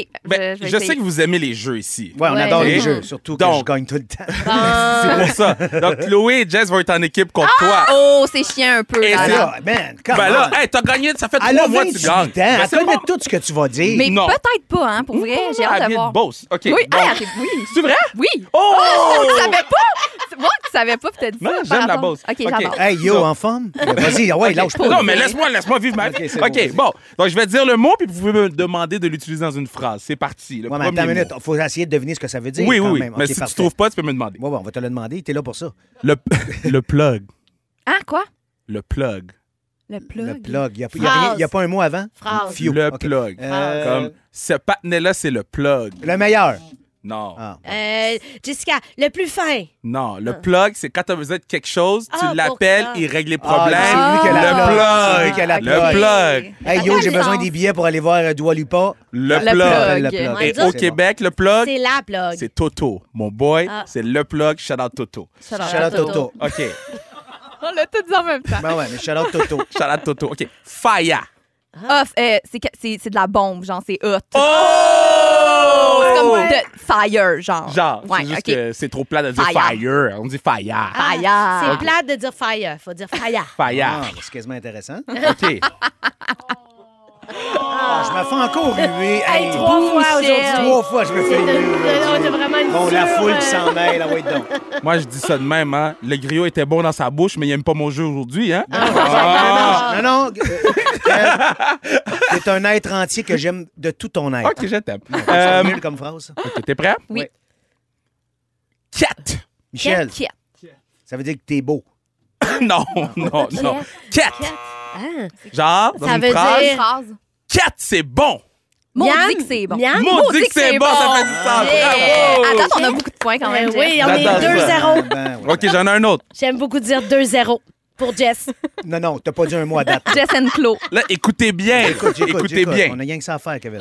Speaker 8: vais
Speaker 4: Ben, je sais
Speaker 8: essayer.
Speaker 4: que vous aimez les jeux ici.
Speaker 2: Ouais, on
Speaker 8: Ouais. Ah.
Speaker 2: adore les
Speaker 4: Mhm.
Speaker 2: jeux, surtout que
Speaker 4: Donc.
Speaker 2: je gagne tout le temps.
Speaker 4: C'est pour ça. Donc, Chloé et Jess vont être en équipe contre toi.
Speaker 8: Oh, c'est chiant un peu.
Speaker 4: Et
Speaker 8: là,
Speaker 4: c'est-
Speaker 8: là.
Speaker 2: Ah, Là, man, come
Speaker 4: Ben là,
Speaker 2: on.
Speaker 4: hey, t'as gagné, ça fait
Speaker 2: Elle a
Speaker 4: trois mois que tu
Speaker 2: 28 ans,
Speaker 4: gagnes. Ben,
Speaker 2: elle
Speaker 4: c'est
Speaker 2: connaît
Speaker 4: bon.
Speaker 2: tout ce que tu vas dire.
Speaker 8: Mais
Speaker 4: Non.
Speaker 8: peut-être pas, hein, pour vrai. J'ai hâte
Speaker 4: Ah, Elle
Speaker 8: de
Speaker 4: vient
Speaker 8: voir.
Speaker 4: de Beauce. OK.
Speaker 8: Oui,
Speaker 4: donc-
Speaker 8: ah, oui.
Speaker 4: C'est vrai?
Speaker 8: Oui.
Speaker 4: Oh!
Speaker 8: Tu savais pas? Tu- Moi, tu savais pas, puis t'as dit
Speaker 4: Non,
Speaker 8: ça.
Speaker 4: j'aime
Speaker 8: par
Speaker 4: la
Speaker 8: rapport-
Speaker 4: Beauce.
Speaker 8: OK,
Speaker 4: OK.
Speaker 8: j'adore.
Speaker 2: Hey, yo, en forme? Ben, Vas-y, ah ouais, lâche pas.
Speaker 4: Non, mais laisse-moi, laisse-moi vivre ma
Speaker 2: Ok,
Speaker 4: vie.
Speaker 2: c'est
Speaker 4: OK,
Speaker 2: bon, vas-y.
Speaker 4: bon. Donc, je vais dire le mot, puis vous pouvez me demander de l'utiliser dans une phrase. C'est parti. Le
Speaker 2: Ouais, mais
Speaker 4: premier
Speaker 2: attends une
Speaker 4: mot.
Speaker 2: minute, faut essayer de deviner ce que ça veut dire.
Speaker 4: Oui, oui,
Speaker 2: quand
Speaker 4: oui.
Speaker 2: même.
Speaker 4: Mais
Speaker 2: Ok,
Speaker 4: si tu
Speaker 2: parfait.
Speaker 4: trouves pas, tu peux me demander.
Speaker 2: Ouais, ouais, on va te le demander, t'es là pour ça.
Speaker 4: Le, le plug.
Speaker 8: Ah, quoi?
Speaker 4: Le plug.
Speaker 8: Le plug.
Speaker 2: Le plug, il n'y a, pas un mot avant?
Speaker 3: Phrase.
Speaker 2: Fio.
Speaker 4: Le
Speaker 2: Ok.
Speaker 4: plug.
Speaker 2: Euh,
Speaker 4: Comme, ce patinet-là, c'est le plug.
Speaker 2: Le meilleur.
Speaker 4: Non.
Speaker 2: Ah.
Speaker 3: Euh, Jessica, le plus fin.
Speaker 4: Non,
Speaker 8: Ah.
Speaker 4: le plug, c'est quand t'as besoin de quelque chose,
Speaker 3: Ah,
Speaker 4: tu l'appelles,
Speaker 3: pour ça.
Speaker 4: il règle les
Speaker 2: Ah,
Speaker 4: problèmes.
Speaker 2: c'est lui qui a la
Speaker 4: le
Speaker 2: plug.
Speaker 4: plug.
Speaker 2: C'est lui qui a la
Speaker 4: Le plug.
Speaker 8: OK.
Speaker 2: Hey, yo,
Speaker 8: Attends,
Speaker 2: j'ai
Speaker 8: le
Speaker 2: besoin
Speaker 8: sens.
Speaker 2: des billets pour aller voir euh, Dua Lipa.
Speaker 4: Le
Speaker 8: Le
Speaker 4: plug.
Speaker 8: plug.
Speaker 2: Le
Speaker 8: On
Speaker 4: Et
Speaker 3: dit-
Speaker 4: au
Speaker 2: C'est
Speaker 4: Québec, le plug,
Speaker 3: C'est la plug.
Speaker 4: c'est Toto. Mon boy,
Speaker 3: Ah.
Speaker 4: c'est le plug. Shout out Toto.
Speaker 2: bon. Shout out Toto.
Speaker 4: OK.
Speaker 8: On l'a tout dit en même temps.
Speaker 2: Ben ouais, mais shout out Toto.
Speaker 4: Shout out Toto. OK. Fire.
Speaker 8: Off, euh, c'est que- c'est c'est de la bombe, genre, c'est hot.
Speaker 4: Oh!
Speaker 8: C'est comme de fire, genre.
Speaker 4: Genre,
Speaker 8: ouais,
Speaker 4: c'est juste
Speaker 8: OK.
Speaker 4: que c'est trop plat de dire
Speaker 8: Fire.
Speaker 4: fire. On dit fire.
Speaker 3: Ah,
Speaker 8: Fire.
Speaker 3: C'est
Speaker 8: Ok.
Speaker 3: plate de dire fire. Faut dire fire.
Speaker 2: Ah,
Speaker 4: Fire.
Speaker 2: c'est quasiment intéressant.
Speaker 4: OK.
Speaker 2: Ah, je me fais encore huer.
Speaker 3: Hey,
Speaker 2: Hey,
Speaker 3: trois fois aujourd'hui.
Speaker 2: trois fois, je me fais
Speaker 3: C'est-
Speaker 2: huer.
Speaker 3: non, c'est vraiment une
Speaker 2: Bon, la
Speaker 3: dure,
Speaker 2: foule
Speaker 3: euh,
Speaker 2: qui s'en mêle, ah ouais, donc.
Speaker 4: Moi, je dis ça de même, hein. Le griot était bon dans sa bouche, mais il aime pas mon jeu aujourd'hui, hein. Ah.
Speaker 2: Non, non. euh, C'est un être entier que j'aime de tout ton être.
Speaker 4: OK, je t'aime.
Speaker 2: C'est
Speaker 4: Euh,
Speaker 2: nul comme phrase. ça.
Speaker 4: OK, t'es prêt?
Speaker 8: Oui.
Speaker 4: Cat.
Speaker 2: Michel,
Speaker 8: Cat, cat.
Speaker 2: ça veut dire que t'es beau.
Speaker 4: Non, non, non. Cat.
Speaker 8: Ah.
Speaker 3: hein.
Speaker 4: Genre, dans
Speaker 3: Ça
Speaker 4: une
Speaker 3: veut
Speaker 4: phrase,
Speaker 3: dire-
Speaker 8: Une Phrase.
Speaker 4: cat, c'est bon.
Speaker 8: Maudit
Speaker 3: Miam.
Speaker 8: que c'est bon.
Speaker 3: Miam.
Speaker 4: Maudit que c'est bon, ça fait du sens.
Speaker 8: Yeah.
Speaker 4: Bravo.
Speaker 8: Attends, on a beaucoup de points quand même.
Speaker 3: Euh, Eh oui,
Speaker 8: Jeff.
Speaker 3: on est
Speaker 4: J'adore ça.
Speaker 3: 2-0.
Speaker 2: Ben, ouais.
Speaker 4: OK, j'en ai un autre.
Speaker 3: J'aime beaucoup dire 2-0 pour Jess.
Speaker 2: Non, non, t'as pas dit un mot à date.
Speaker 8: Jess and Chloe.
Speaker 4: Là, écoutez bien.
Speaker 2: Écoute, j'écoute,
Speaker 4: écoutez
Speaker 2: j'écoute.
Speaker 4: bien.
Speaker 2: On a rien que ça à faire, Kevin.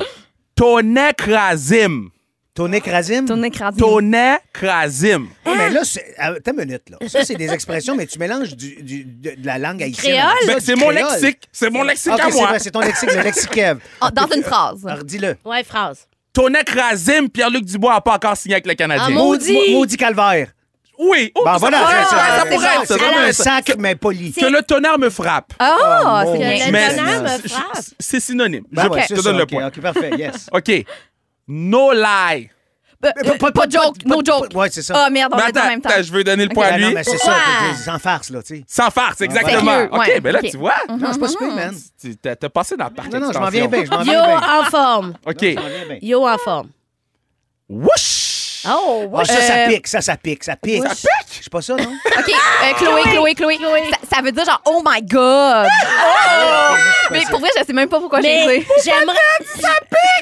Speaker 4: Tonnet Krasim.
Speaker 2: Tournée Krasim?
Speaker 8: Ton écran.
Speaker 4: Tonnet Krasim.
Speaker 2: Ah, mais là, c'est- ah, t'as une minute, là. Ça, c'est des expressions, mais tu mélanges du, du- de, de la langue haïtienne.
Speaker 3: créole?
Speaker 2: avec ça,
Speaker 4: Ben,
Speaker 2: du
Speaker 4: c'est mon
Speaker 2: créole.
Speaker 4: lexique. C'est mon lexique
Speaker 2: Ok,
Speaker 4: à
Speaker 2: c'est
Speaker 4: moi.
Speaker 2: vrai, c'est ton lexique, le lexique.
Speaker 8: Oh, Dans une phrase.
Speaker 2: Alors, dis-le.
Speaker 3: Ouais, phrase.
Speaker 4: Tonnet Krasim, Pierre-Luc Dubois n'a pas encore signé avec le Canadien.
Speaker 3: Ah, Maudit.
Speaker 2: Maudit, maudit calvaire.
Speaker 4: Oui. Oh,
Speaker 2: Ben
Speaker 4: ça
Speaker 2: voilà,
Speaker 4: pourrait
Speaker 2: c'est
Speaker 4: être
Speaker 2: ça.
Speaker 4: ça, ça
Speaker 2: C'est
Speaker 4: pourrait
Speaker 2: ça,
Speaker 4: être ça,
Speaker 2: c'est
Speaker 4: ça pourrait
Speaker 2: un
Speaker 4: être ça.
Speaker 2: sac, mais poli.
Speaker 4: Que le tonnerre me frappe.
Speaker 8: Oh,
Speaker 2: mon
Speaker 8: c'est
Speaker 2: Dieu.
Speaker 8: bien.
Speaker 3: Le
Speaker 4: Mais
Speaker 3: tonnerre me
Speaker 4: c'est-
Speaker 3: frappe.
Speaker 4: c'est- c'est synonyme.
Speaker 2: Ben
Speaker 4: je
Speaker 2: ouais,
Speaker 4: je
Speaker 2: c'est
Speaker 4: te
Speaker 2: ça,
Speaker 4: donne le
Speaker 2: ok,
Speaker 4: point.
Speaker 2: OK, parfait, yes.
Speaker 4: OK. No lie.
Speaker 8: Euh, euh,
Speaker 2: pas- pas-
Speaker 8: Pas joke,
Speaker 2: pas-
Speaker 8: no
Speaker 2: pas-
Speaker 8: joke.
Speaker 2: ouais, c'est ça.
Speaker 8: Ah, merde, on
Speaker 4: Ben,
Speaker 8: l'a dit
Speaker 4: attends,
Speaker 8: en même temps.
Speaker 4: attends, je veux donner le point
Speaker 2: Ben
Speaker 4: à
Speaker 2: non,
Speaker 4: lui.
Speaker 2: mais c'est ça,
Speaker 3: Pourquoi?
Speaker 2: c'est sans farce, là, tu sais.
Speaker 4: Sans farce, exactement.
Speaker 8: Ah, Sérieux, ouais,
Speaker 4: OK, ben là,
Speaker 8: ok. Uh-huh.
Speaker 4: tu vois.
Speaker 2: Non, c'est pas super, man.
Speaker 4: Tu- T'as t'as passé dans la partie
Speaker 2: Non, non, je m'en viens bien, je m'en
Speaker 3: Yo
Speaker 2: viens bien.
Speaker 3: en forme.
Speaker 2: Je
Speaker 4: OK.
Speaker 2: m'en viens bien.
Speaker 3: Yo en forme.
Speaker 4: Whoosh!
Speaker 3: Oh,
Speaker 2: Ah, ça, ça
Speaker 8: Euh,
Speaker 2: pique, ça, ça pique, ça pique. Ça pique? Je sais pas ça, non?
Speaker 8: OK, euh, Chloé, Chloé, Chloé, Ça, ça veut dire genre, oh my God. Mais pour vrai, je sais même pas pourquoi j'ai
Speaker 3: Mais
Speaker 8: dit.
Speaker 3: j'aimerais.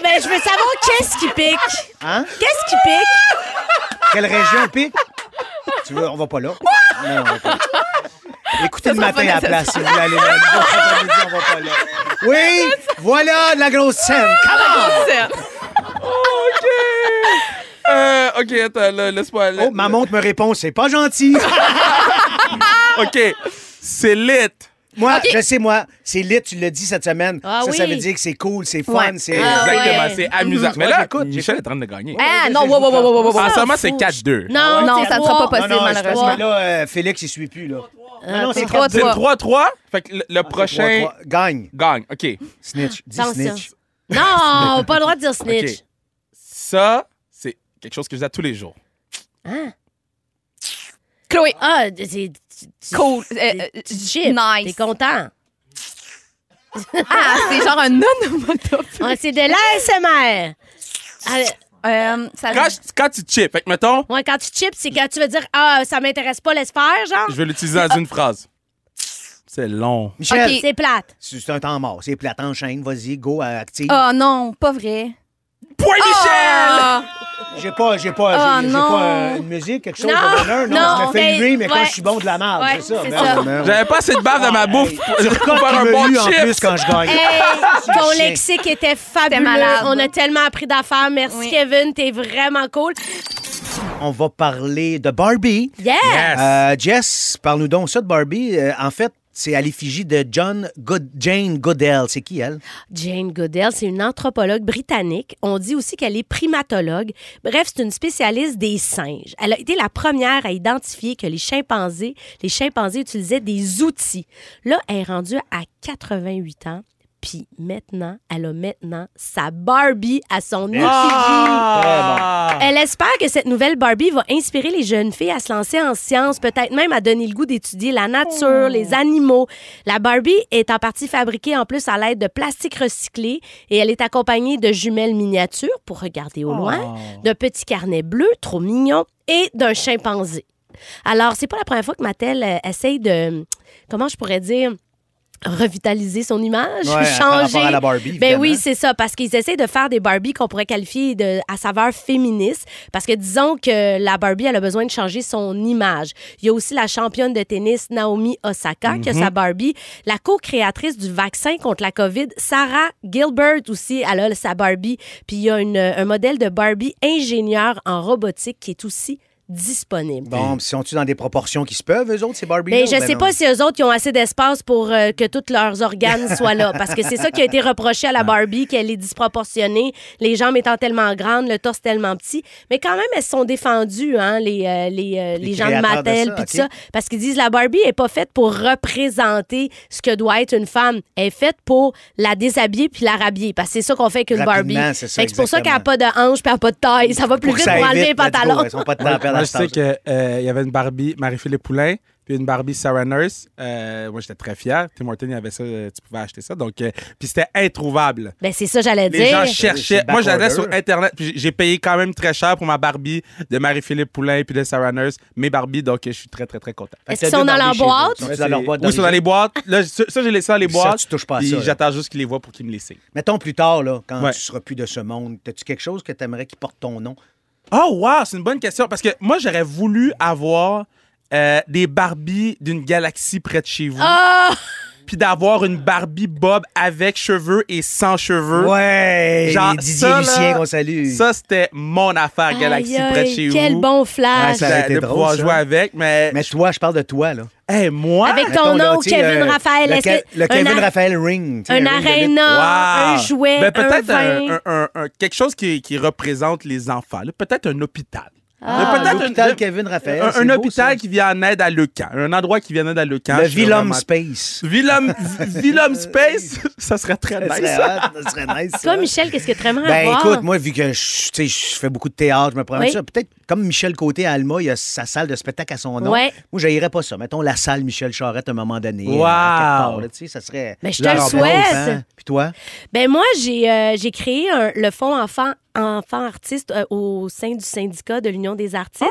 Speaker 3: Mais je veux savoir qu'est-ce qui pique.
Speaker 2: Hein?
Speaker 3: Qu'est-ce qui pique?
Speaker 2: Quelle région pique? Tu veux, on va pas là. Non, on va pas là. Écoutez le
Speaker 8: sera
Speaker 2: matin
Speaker 8: pas
Speaker 2: à la place, si vous voulez aller là. On va pas là. Oui, voilà de la grosse scène.
Speaker 8: Ah!
Speaker 4: Euh, OK, attends, là, laisse-moi aller.
Speaker 2: Oh, ma montre me répond, c'est pas gentil.
Speaker 4: OK. C'est lit.
Speaker 2: Moi,
Speaker 8: Ok.
Speaker 2: je sais, moi, c'est lit, tu l'as dit cette semaine.
Speaker 3: Ah
Speaker 2: ça, ça
Speaker 3: oui.
Speaker 2: veut dire que c'est cool, c'est fun,
Speaker 8: Ouais.
Speaker 2: c'est...
Speaker 3: Ah, ouais.
Speaker 4: Exactement, c'est amusant. Mais
Speaker 2: Mm-hmm. Ouais,
Speaker 4: là,
Speaker 2: j'écoute,
Speaker 4: Michel est en train de gagner.
Speaker 8: Ah non, wow, wow, wow, wow, wow, wow.
Speaker 4: En ce moment, c'est 4-2.
Speaker 3: Non,
Speaker 8: Non,
Speaker 3: c'est
Speaker 8: ça ne sera
Speaker 3: trois.
Speaker 8: pas
Speaker 2: Non,
Speaker 8: possible,
Speaker 2: non, je pense
Speaker 8: malheureusement.
Speaker 2: que là, euh, Félix, il suit plus, là. non, non, c'est
Speaker 8: trois,
Speaker 2: 4-2.
Speaker 4: C'est le 3-3. Fait que le,
Speaker 2: Ah,
Speaker 4: le prochain
Speaker 2: 3-3. Gagne.
Speaker 4: gagne. OK.
Speaker 2: Snitch. Dis
Speaker 3: Attention.
Speaker 2: snitch.
Speaker 3: Non, pas le droit de dire snitch.
Speaker 4: Ok. Ça, c'est quelque chose que je dis à tous les jours.
Speaker 8: Chloé,
Speaker 3: Hein? Ah, c'est. tu- tu-
Speaker 8: cool. euh,
Speaker 3: t'es-
Speaker 8: euh,
Speaker 3: tu chips. T'es
Speaker 8: nice.
Speaker 3: content.
Speaker 8: Ah, c'est genre un onomatopée.
Speaker 3: Ah, c'est de l'ASMR. Allez,
Speaker 8: Euh, ça
Speaker 4: Quand, je- quand tu chips, fait que mettons,
Speaker 3: ouais, quand tu chips, c'est quand tu veux dire Ah, ça m'intéresse pas, laisse faire, genre.
Speaker 4: je vais l'utiliser dans une phrase. C'est long.
Speaker 2: Michel,
Speaker 8: Ok.
Speaker 3: C'est plate. Ah.
Speaker 2: c'est c'est un temps mort. C'est plate. Enchaîne, vas-y, go, active.
Speaker 8: Oh Ah, non, pas vrai.
Speaker 4: Point Michel!
Speaker 8: Ah!
Speaker 2: J'ai pas, j'ai pas,
Speaker 8: Ah,
Speaker 2: j'ai- j'ai
Speaker 8: non.
Speaker 2: pas euh, une musique, quelque chose
Speaker 3: Non,
Speaker 2: de bonheur. Non,
Speaker 3: non,
Speaker 2: je me fais
Speaker 3: mais-
Speaker 2: huer, mais quand
Speaker 3: ouais.
Speaker 2: je suis bon de la merde,
Speaker 3: Ouais,
Speaker 2: c'est ça.
Speaker 3: c'est
Speaker 2: Ben
Speaker 3: ça.
Speaker 2: oui, ben oui.
Speaker 4: J'avais pas assez de bave dans ma bouche pour pour faire
Speaker 2: Qui
Speaker 4: un
Speaker 2: me
Speaker 4: bon
Speaker 2: hue en plus
Speaker 4: chips.
Speaker 2: quand je gagne.
Speaker 3: Hey, ton
Speaker 2: chien.
Speaker 3: lexique était fabuleux.
Speaker 8: malade.
Speaker 3: On a tellement appris d'affaires. Merci,
Speaker 8: Oui.
Speaker 3: Kevin. T'es vraiment cool.
Speaker 2: On va parler de Barbie.
Speaker 3: Yeah!
Speaker 4: Yes.
Speaker 2: Euh, Jess, parle-nous donc ça de Barbie. Euh, en fait, c'est à l'effigie de John Good- Jane Goodell. C'est qui, elle?
Speaker 3: Jane Goodell, c'est une anthropologue britannique. On dit aussi qu'elle est primatologue. Bref, c'est une spécialiste des singes. Elle a été la première à identifier que les chimpanzés, les chimpanzés utilisaient des outils. Là, elle est rendue à 88 ans. Puis maintenant, elle a maintenant sa Barbie à son effigie.
Speaker 4: Ah!
Speaker 3: Elle espère que cette nouvelle Barbie va inspirer les jeunes filles à se lancer en sciences, peut-être même à donner le goût d'étudier la
Speaker 2: Oh.
Speaker 3: nature, les animaux. La Barbie est en partie fabriquée en plus à l'aide de plastique recyclé et elle est accompagnée de jumelles miniatures pour regarder au
Speaker 2: Oh.
Speaker 3: loin, d'un petit carnet bleu trop mignon et d'un chimpanzé. Alors, c'est pas la première fois que Mattel euh, essaye de, comment je pourrais dire, revitaliser son image,
Speaker 2: Ouais,
Speaker 3: changer.
Speaker 2: par rapport à la Barbie,
Speaker 3: Ben oui,
Speaker 2: évidemment.
Speaker 3: c'est ça, parce qu'ils essaient de faire des Barbies qu'on pourrait qualifier de, à saveur féministe, parce que disons que la Barbie, elle a besoin de changer son image. Il y a aussi la championne de tennis Naomi Osaka, qui a sa Barbie, la co-créatrice du vaccin contre la COVID, Sarah Gilbert aussi, elle a sa Barbie, puis il y a une- un modèle de Barbie ingénieur en robotique qui est aussi disponible.
Speaker 2: Bon, sont-ils dans des proportions qui se peuvent, eux autres, ces Barbie?
Speaker 3: Ben, je ne sais pas si eux autres ils ont assez d'espace pour euh, que tous leurs organes soient là. Parce que c'est ça qui a été reproché à la Barbie, qu'elle est disproportionnée, les jambes étant tellement grandes, le torse tellement petit. Mais quand même, elles se sont défendues, hein, les, euh, les, euh, les gens de
Speaker 2: créateurs de ça,
Speaker 3: Mattel, puis tout
Speaker 2: OK.
Speaker 3: ça. Parce qu'ils disent la Barbie n'est pas faite pour représenter ce que doit être une femme. Elle est faite pour la déshabiller puis la rhabiller. Parce que c'est ça qu'on fait avec une Barbie.
Speaker 2: Rapidement,
Speaker 3: Fait
Speaker 2: c'est ça,
Speaker 3: que c'est pour ça qu'elle n'a
Speaker 2: exactement.
Speaker 3: pas de hanche puis elle n'a pas de taille. Ça va plus
Speaker 2: Pour que
Speaker 3: vite
Speaker 2: ça
Speaker 3: pour
Speaker 2: aille
Speaker 3: enlever les
Speaker 2: vite, let's go,
Speaker 3: pantalons.
Speaker 2: Ils sont pas de temps à
Speaker 4: Moi,
Speaker 2: perdre à
Speaker 4: moi, je
Speaker 2: cet
Speaker 4: sais
Speaker 2: âge-là.
Speaker 4: qu'il y avait une Barbie, Marie-Philippe Poulain, puis une Barbie Sarah Nurse. Euh, moi, j'étais très fier. Tim Horton, il y avait ça, euh, tu pouvais acheter ça. Donc, euh, puis c'était introuvable.
Speaker 3: Ben, c'est ça, j'allais
Speaker 4: Les
Speaker 3: dire.
Speaker 4: gens cherchaient.
Speaker 2: c'est
Speaker 4: Moi, j'allais sur
Speaker 2: backorder.
Speaker 4: Internet, puis j'ai- j'ai payé quand même très cher pour ma Barbie de Marie-Philippe Poulain puis de Sarah Nurse, mes Barbies, donc euh, je suis très, très, très content.
Speaker 2: Fait que
Speaker 3: Est-ce qu'ils
Speaker 2: t'as
Speaker 3: sont
Speaker 2: deux
Speaker 3: dans leur
Speaker 2: Barbie chez vous.
Speaker 3: boîte?
Speaker 2: Sont-ils dans leur boîte
Speaker 4: Oui, ils sont dans les boîtes. Là, ça, ça, j'ai laissé dans les
Speaker 2: Ça,
Speaker 4: boîtes.
Speaker 2: tu touches pas à
Speaker 4: puis
Speaker 2: ça, là.
Speaker 4: J'attends juste qu'ils les voient pour qu'ils me les signent.
Speaker 2: Mettons plus tard, là, quand
Speaker 4: Ouais.
Speaker 2: tu seras plus de ce monde, as-tu quelque chose que tu aimerais qui porte ton nom?
Speaker 4: Oh, wow, c'est une bonne question. Parce que moi, j'aurais voulu avoir euh, des Barbies d'une galaxie près de chez vous.
Speaker 3: Ah! Oh!
Speaker 4: Puis d'avoir une Barbie Bob avec cheveux et sans cheveux.
Speaker 2: Ouais!
Speaker 4: Genre,
Speaker 2: Didier
Speaker 4: ça, là,
Speaker 2: Lucien qu'on salue.
Speaker 4: Ça, c'était mon affaire, galaxie
Speaker 3: Aïe,
Speaker 4: près de
Speaker 3: aïe,
Speaker 4: chez
Speaker 3: Quel
Speaker 4: vous.
Speaker 3: bon flash.
Speaker 2: Ouais, Ah, ça- aurait
Speaker 4: De-
Speaker 2: été
Speaker 4: de
Speaker 2: drôle,
Speaker 4: pouvoir
Speaker 2: ça.
Speaker 4: jouer avec, mais.
Speaker 2: Mais toi, je parle de toi, là.
Speaker 4: Hey, moi.
Speaker 3: Avec
Speaker 2: Mettons,
Speaker 3: ton
Speaker 2: là,
Speaker 3: nom,
Speaker 2: tu sais,
Speaker 3: Kevin
Speaker 2: euh,
Speaker 3: Raphaël.
Speaker 2: Le,
Speaker 3: est-ce
Speaker 2: Ke-
Speaker 3: que
Speaker 2: le Kevin
Speaker 3: un, ar-
Speaker 2: Raphaël Ring. tu sais,
Speaker 3: un
Speaker 2: ring de lutte.
Speaker 3: aréna,
Speaker 4: Wow.
Speaker 3: un jouet,
Speaker 4: Ben,
Speaker 3: un
Speaker 4: peut-être
Speaker 3: vin.
Speaker 4: un- un- un- un- quelque chose qui, qui représente les enfants. là. Peut-être un hôpital.
Speaker 2: Ah,
Speaker 4: Peut-être un-
Speaker 2: l'hôpital Kevin Raphaël.
Speaker 4: Un,
Speaker 2: c'est
Speaker 4: un
Speaker 2: beau,
Speaker 4: hôpital
Speaker 2: ça.
Speaker 4: qui vient en aide à Lecan. Un endroit qui vient en aide à Lecan.
Speaker 2: Le
Speaker 4: Je suis
Speaker 2: Villum
Speaker 4: vraiment-
Speaker 2: Space.
Speaker 4: Villum, Villum Space, Ben, ça serait très
Speaker 2: Ça
Speaker 4: nice.
Speaker 2: serait hot, ça serait nice.
Speaker 3: Toi,
Speaker 2: ça.
Speaker 3: Michel, qu'est-ce que tu aimerais
Speaker 2: Ben
Speaker 3: avoir?
Speaker 2: écoute, moi, vu que je, tu sais, je fais beaucoup de théâtre, je me promène
Speaker 3: Oui.
Speaker 2: ça. Peut-être comme Michel Côté à Alma, il a sa salle de spectacle à son nom.
Speaker 3: Ouais.
Speaker 2: Moi, je pas ça. Mettons la salle Michel Charette à un moment donné.
Speaker 4: Wow.
Speaker 2: euh, à quelque part, là, tu sais, ça serait.
Speaker 3: Ben, je te
Speaker 2: la
Speaker 3: le
Speaker 2: rencontre,
Speaker 3: souhaite.
Speaker 2: hein. Puis toi?
Speaker 3: Ben moi, j'ai euh, j'ai créé un- le fonds enfant enfants artistes euh, au sein du syndicat de l'Union des artistes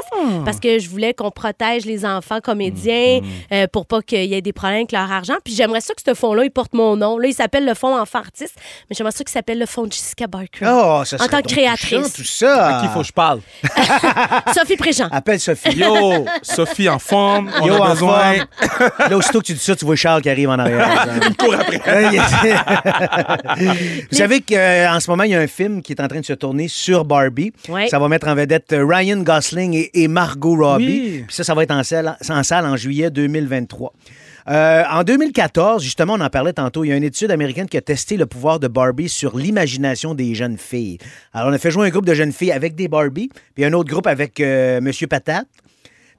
Speaker 3: parce que je voulais qu'on protège les enfants comédiens
Speaker 4: Mm,
Speaker 3: euh, pour pas qu'il y ait des problèmes avec leur argent. Puis j'aimerais ça que ce fonds-là, il porte mon nom. Là, il s'appelle le fonds enfants artistes, mais j'aimerais ça qu'il s'appelle le fonds Jessica Barker.
Speaker 2: Oh,
Speaker 3: En
Speaker 2: ça serait
Speaker 3: tant que
Speaker 2: donc
Speaker 3: créatrice.
Speaker 2: touchant, tout ça.
Speaker 4: À qui faut que je parle?
Speaker 3: Sophie Préjean.
Speaker 2: Appelle Sophie.
Speaker 4: Yo, Sophie en forme, on
Speaker 2: Yo,
Speaker 4: a
Speaker 2: en
Speaker 4: besoin.
Speaker 2: forme. Là, aussitôt que tu dis ça, tu vois Charles qui arrive en arrière. Il court après. Vous savez qu'en ce moment, il y a un film qui est en train de se tourner sur Barbie.
Speaker 3: Ouais.
Speaker 2: Ça va mettre en vedette euh, Ryan Gosling et, et Margot Robbie.
Speaker 4: Oui.
Speaker 2: Puis ça, ça va être en salle en, salle en juillet 2023. Euh, en 2014, justement, on en parlait tantôt, il y a une étude américaine qui a testé le pouvoir de Barbie sur l'imagination des jeunes filles. Alors, on a fait jouer un groupe de jeunes filles avec des Barbie, puis un autre groupe avec euh, Monsieur Patate.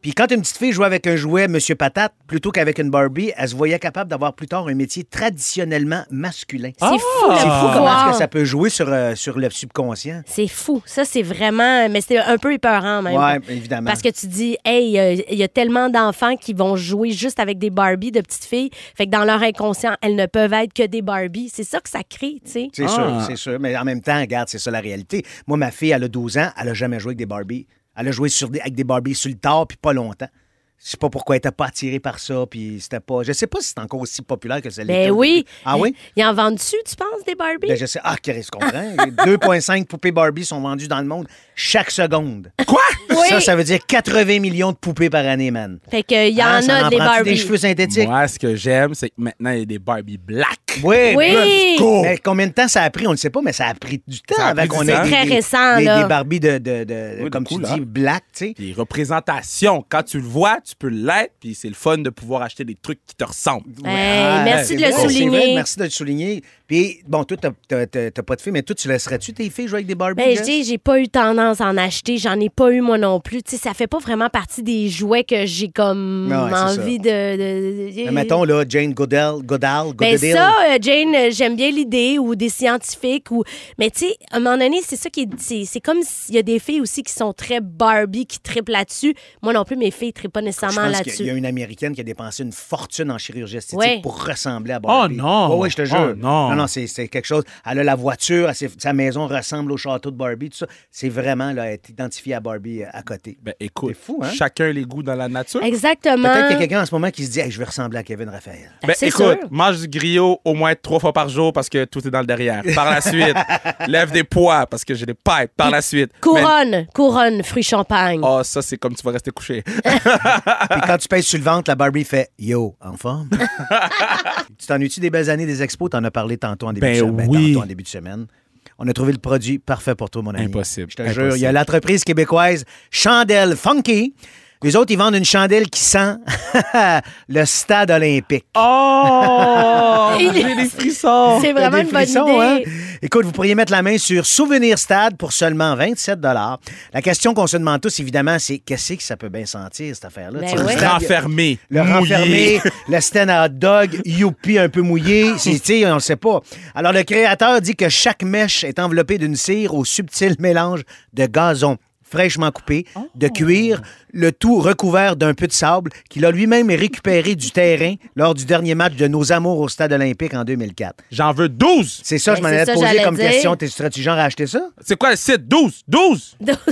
Speaker 2: Puis quand une petite fille jouait avec un jouet Monsieur Patate plutôt qu'avec une Barbie, elle se voyait capable d'avoir plus tard un métier traditionnellement masculin.
Speaker 4: Ah!
Speaker 3: C'est fou le
Speaker 2: C'est fou comment
Speaker 3: pouvoir.
Speaker 2: est-ce que ça peut jouer sur, euh, sur le subconscient.
Speaker 3: C'est fou. Ça, c'est vraiment. Mais c'est un peu épeurant, même.
Speaker 2: Ouais, évidemment.
Speaker 3: Ben, Parce que tu dis, hey, euh, il y a tellement d'enfants qui vont jouer juste avec des Barbies de petites filles. Fait que dans leur inconscient, elles ne peuvent être que des Barbies. C'est ça que ça crée, tu sais.
Speaker 2: C'est sûr, c'est sûr. Mais en même temps, regarde, c'est ça la réalité. Moi, ma fille, elle a 12 ans, elle a jamais joué avec des Barbies. Elle a joué sur des- avec des Barbies sur le tard, puis pas longtemps. Je sais pas pourquoi elle était pas attirée par ça, puis c'était pas. Je sais pas si c'est encore aussi populaire que ça l'était.
Speaker 3: Ben
Speaker 2: au
Speaker 3: oui.
Speaker 2: début. Ah oui?
Speaker 3: Ils en vendent dessus, tu penses, des Barbie?
Speaker 2: Ben, je sais. Ah, Chris, je comprends. 2,5 poupées Barbie sont vendues dans le monde chaque seconde.
Speaker 4: Quoi?
Speaker 8: Oui.
Speaker 2: Ça, ça veut dire 80 millions de poupées par année, man.
Speaker 3: Fait qu'il y en
Speaker 2: Hein, ça
Speaker 3: a des
Speaker 2: prend-tu
Speaker 3: Barbie.
Speaker 2: des cheveux synthétiques.
Speaker 4: Moi, ce que j'aime, c'est que maintenant, il y a des Barbie black.
Speaker 2: Oui,
Speaker 3: Oui.
Speaker 2: let's go.
Speaker 4: Cool.
Speaker 2: Mais combien de temps ça a pris, on ne le sait pas, mais ça a pris du temps
Speaker 4: Ça a
Speaker 2: avant
Speaker 4: pris du
Speaker 2: qu'on ait
Speaker 4: temps.
Speaker 2: des-
Speaker 3: Très
Speaker 2: des-
Speaker 3: récent,
Speaker 2: des,
Speaker 3: là.
Speaker 2: des Barbies de, de- de-
Speaker 4: Oui,
Speaker 2: comme tu
Speaker 4: cool,
Speaker 2: dis,
Speaker 4: hein.
Speaker 2: black, tu sais.
Speaker 4: Les représentations, quand tu le vois, tu peux l'être, puis c'est le fun de pouvoir acheter des trucs qui te ressemblent.
Speaker 3: Hey,
Speaker 2: Ah,
Speaker 3: merci
Speaker 2: c'est
Speaker 3: de le
Speaker 2: vrai, c'est vrai,
Speaker 3: souligner.
Speaker 2: merci de le souligner. Puis, bon, toi, t'as- t'as t'as- t'as pas de filles, mais toi, tu laisserais-tu tes filles jouer avec des Barbies?
Speaker 3: Ben, je
Speaker 2: Jess?
Speaker 3: dis, j'ai pas eu tendance à en acheter. J'en ai pas eu, moi non plus. Tu sais, ça fait pas vraiment partie des jouets que j'ai comme
Speaker 2: Ouais, c'est ça.
Speaker 3: envie de. de- de-
Speaker 2: Mais Ben, mettons, là, Jane Goodall, Goodall,
Speaker 3: Ben
Speaker 2: Goodall.
Speaker 3: ça, euh, Jane, euh, j'aime bien l'idée, ou des scientifiques, ou... Mais tu sais, à un moment donné, c'est ça qui est... C'est, c'est comme s'il y a des filles aussi qui sont très Barbie, qui trippent là-dessus. Moi non plus, mes filles trippent pas
Speaker 2: je
Speaker 3: nécessairement
Speaker 2: pense qu'il y a
Speaker 3: là-dessus.
Speaker 2: une Américaine qui a dépensé une fortune en chirurgie esthétique
Speaker 3: Ouais.
Speaker 2: pour ressembler à Barbie.
Speaker 4: Oh non!
Speaker 2: oui, je te
Speaker 4: Oh
Speaker 2: jure.
Speaker 4: non!
Speaker 2: Non, c'est c'est quelque chose. Elle a la voiture, elle s'est- sa maison ressemble au château de Barbie, tout ça. C'est vraiment là, être identifié à Barbie euh, à côté.
Speaker 4: Ben écoute,
Speaker 2: C'est fou, hein?
Speaker 4: chacun les goûts dans la nature.
Speaker 3: Exactement.
Speaker 2: Peut-être qu'il y a quelqu'un en ce moment qui se dit Hey, Je vais ressembler à Kevin Raphaël.
Speaker 3: Ben,
Speaker 4: Ben
Speaker 3: c'est
Speaker 4: écoute,
Speaker 3: sûr.
Speaker 4: mange du griot au moins trois fois par jour parce que tout est dans le derrière. Par la suite, lève des poids parce que j'ai des pipes. Par la suite. Mais-
Speaker 3: Couronne, couronne, fruits champagne.
Speaker 2: Oh,
Speaker 4: Ah, ça, c'est comme tu vas rester couché.
Speaker 2: Puis quand tu pèses sur le ventre, la Barbie fait Yo, en forme. tu t'ennuies-tu des belles années des expos? T'en as parlé tantôt en début
Speaker 4: Ben
Speaker 2: de semaine.
Speaker 4: oui.
Speaker 2: tantôt en début de semaine. On a trouvé le produit parfait pour toi, mon ami.
Speaker 4: Impossible.
Speaker 2: Je te
Speaker 4: Impossible.
Speaker 2: jure, il y a l'entreprise québécoise Chandelle Funky. Les autres, ils vendent une chandelle qui sent le stade olympique.
Speaker 4: Oh!
Speaker 3: Il-
Speaker 4: J'ai des frissons.
Speaker 3: C'est
Speaker 2: Il y a
Speaker 3: vraiment
Speaker 2: des
Speaker 3: une bonne idée.
Speaker 2: frissons, hein? Écoute, vous pourriez mettre la main sur Souvenir Stade pour seulement 27 La question qu'on se demande tous, évidemment, c'est qu'est-ce que ça peut bien sentir, cette affaire-là?
Speaker 3: Ben
Speaker 2: Tu sais, le
Speaker 3: ouais.
Speaker 2: stade, il y a-
Speaker 4: Renfermé.
Speaker 2: le
Speaker 4: mouillé.
Speaker 2: renfermé, le stand à hot dog, youpi un peu mouillé, c'est, tu sais, on le sait pas. Alors, le créateur dit que chaque mèche est enveloppée d'une cire au subtil mélange de gazon fraîchement coupé, de
Speaker 3: Oh.
Speaker 2: cuir, le tout recouvert d'un peu de sable qu'il a lui-même récupéré du terrain lors du dernier match de nos amours au Stade olympique en 2004.
Speaker 4: J'en veux 12.
Speaker 2: C'est ça,
Speaker 3: Ben,
Speaker 2: je m'en
Speaker 3: c'est
Speaker 2: allais
Speaker 3: ça,
Speaker 2: te poser
Speaker 3: j'allais
Speaker 2: comme
Speaker 3: dire.
Speaker 2: question. T'es- Serais-tu genre à acheter ça?
Speaker 4: C'est quoi le site? 12. 12.
Speaker 3: D'autres,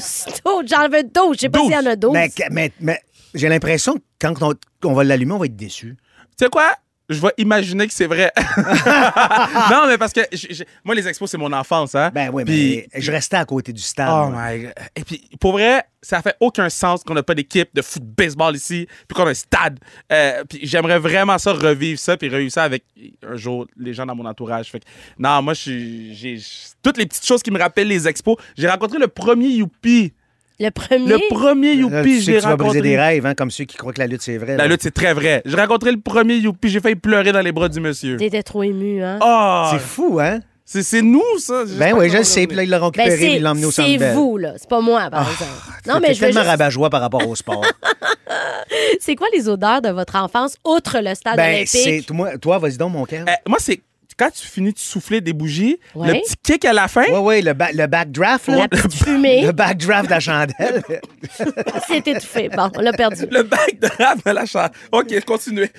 Speaker 3: d'autres, J'en veux d'autres. Je sais pas
Speaker 4: Douze.
Speaker 3: s'il y en a d'autres.
Speaker 2: Mais, mais- mais j'ai l'impression que quand on, qu'on va l'allumer, on va être déçu.
Speaker 4: Tu sais quoi? Je vais imaginer que c'est vrai. non, mais parce que j'ai- j'ai- moi, les expos, c'est mon enfance. Hein?
Speaker 2: Ben oui,
Speaker 4: Puis-
Speaker 2: mais je restais à côté du stade.
Speaker 4: Oh
Speaker 2: moi.
Speaker 4: my God. Et puis, pour vrai, ça fait aucun sens qu'on n'a pas d'équipe de foot baseball ici, puis qu'on a un stade. Euh, puis j'aimerais vraiment ça revivre ça, puis revivre ça avec un jour les gens dans mon entourage. Fait que, non, moi, je suis- j'ai j'ai- toutes les petites choses qui me rappellent les expos. J'ai rencontré le premier Youpi.
Speaker 3: Le premier...
Speaker 4: Le
Speaker 2: Là,
Speaker 4: premier
Speaker 2: tu
Speaker 4: Youpi,
Speaker 2: sais
Speaker 4: j'ai
Speaker 2: que tu vas briser
Speaker 4: rencontré.
Speaker 2: des rêves, hein, comme ceux qui croient que la lutte, c'est vrai.
Speaker 4: La
Speaker 2: là.
Speaker 4: lutte, c'est très vrai. J'ai rencontré le premier Youpi, j'ai failli pleurer dans les bras du monsieur.
Speaker 3: T'étais trop ému, hein?
Speaker 4: Oh,
Speaker 2: C'est fou, hein?
Speaker 4: c'est c'est nous, ça.
Speaker 2: Ben oui, je le sais. Puis là, ils l'ont
Speaker 3: Ben,
Speaker 2: récupéré et
Speaker 3: c'est,
Speaker 2: ils l'ont emmené au
Speaker 3: c'est
Speaker 2: Centre Bell.
Speaker 3: vous, là. C'est pas moi, par exemple. Non, mais
Speaker 2: T'es
Speaker 3: je veux
Speaker 2: tellement
Speaker 3: juste-
Speaker 2: rabat-joie par rapport au sport.
Speaker 3: C'est quoi les odeurs de votre enfance, outre le stade
Speaker 2: ben,
Speaker 3: olympique?
Speaker 2: c'est... Toi, toi, vas-y donc, mon cœur.
Speaker 4: Euh, moi, c'est quand tu finis de souffler des bougies,
Speaker 3: Ouais.
Speaker 4: le petit kick à la fin.
Speaker 2: Oui, oui, le, ba- le backdraft, là.
Speaker 3: La petite fumée.
Speaker 2: Le backdraft de la chandelle.
Speaker 3: C'est étouffé. Bon, on l'a perdu.
Speaker 4: Le bac de rave de la chambre. OK, continuez.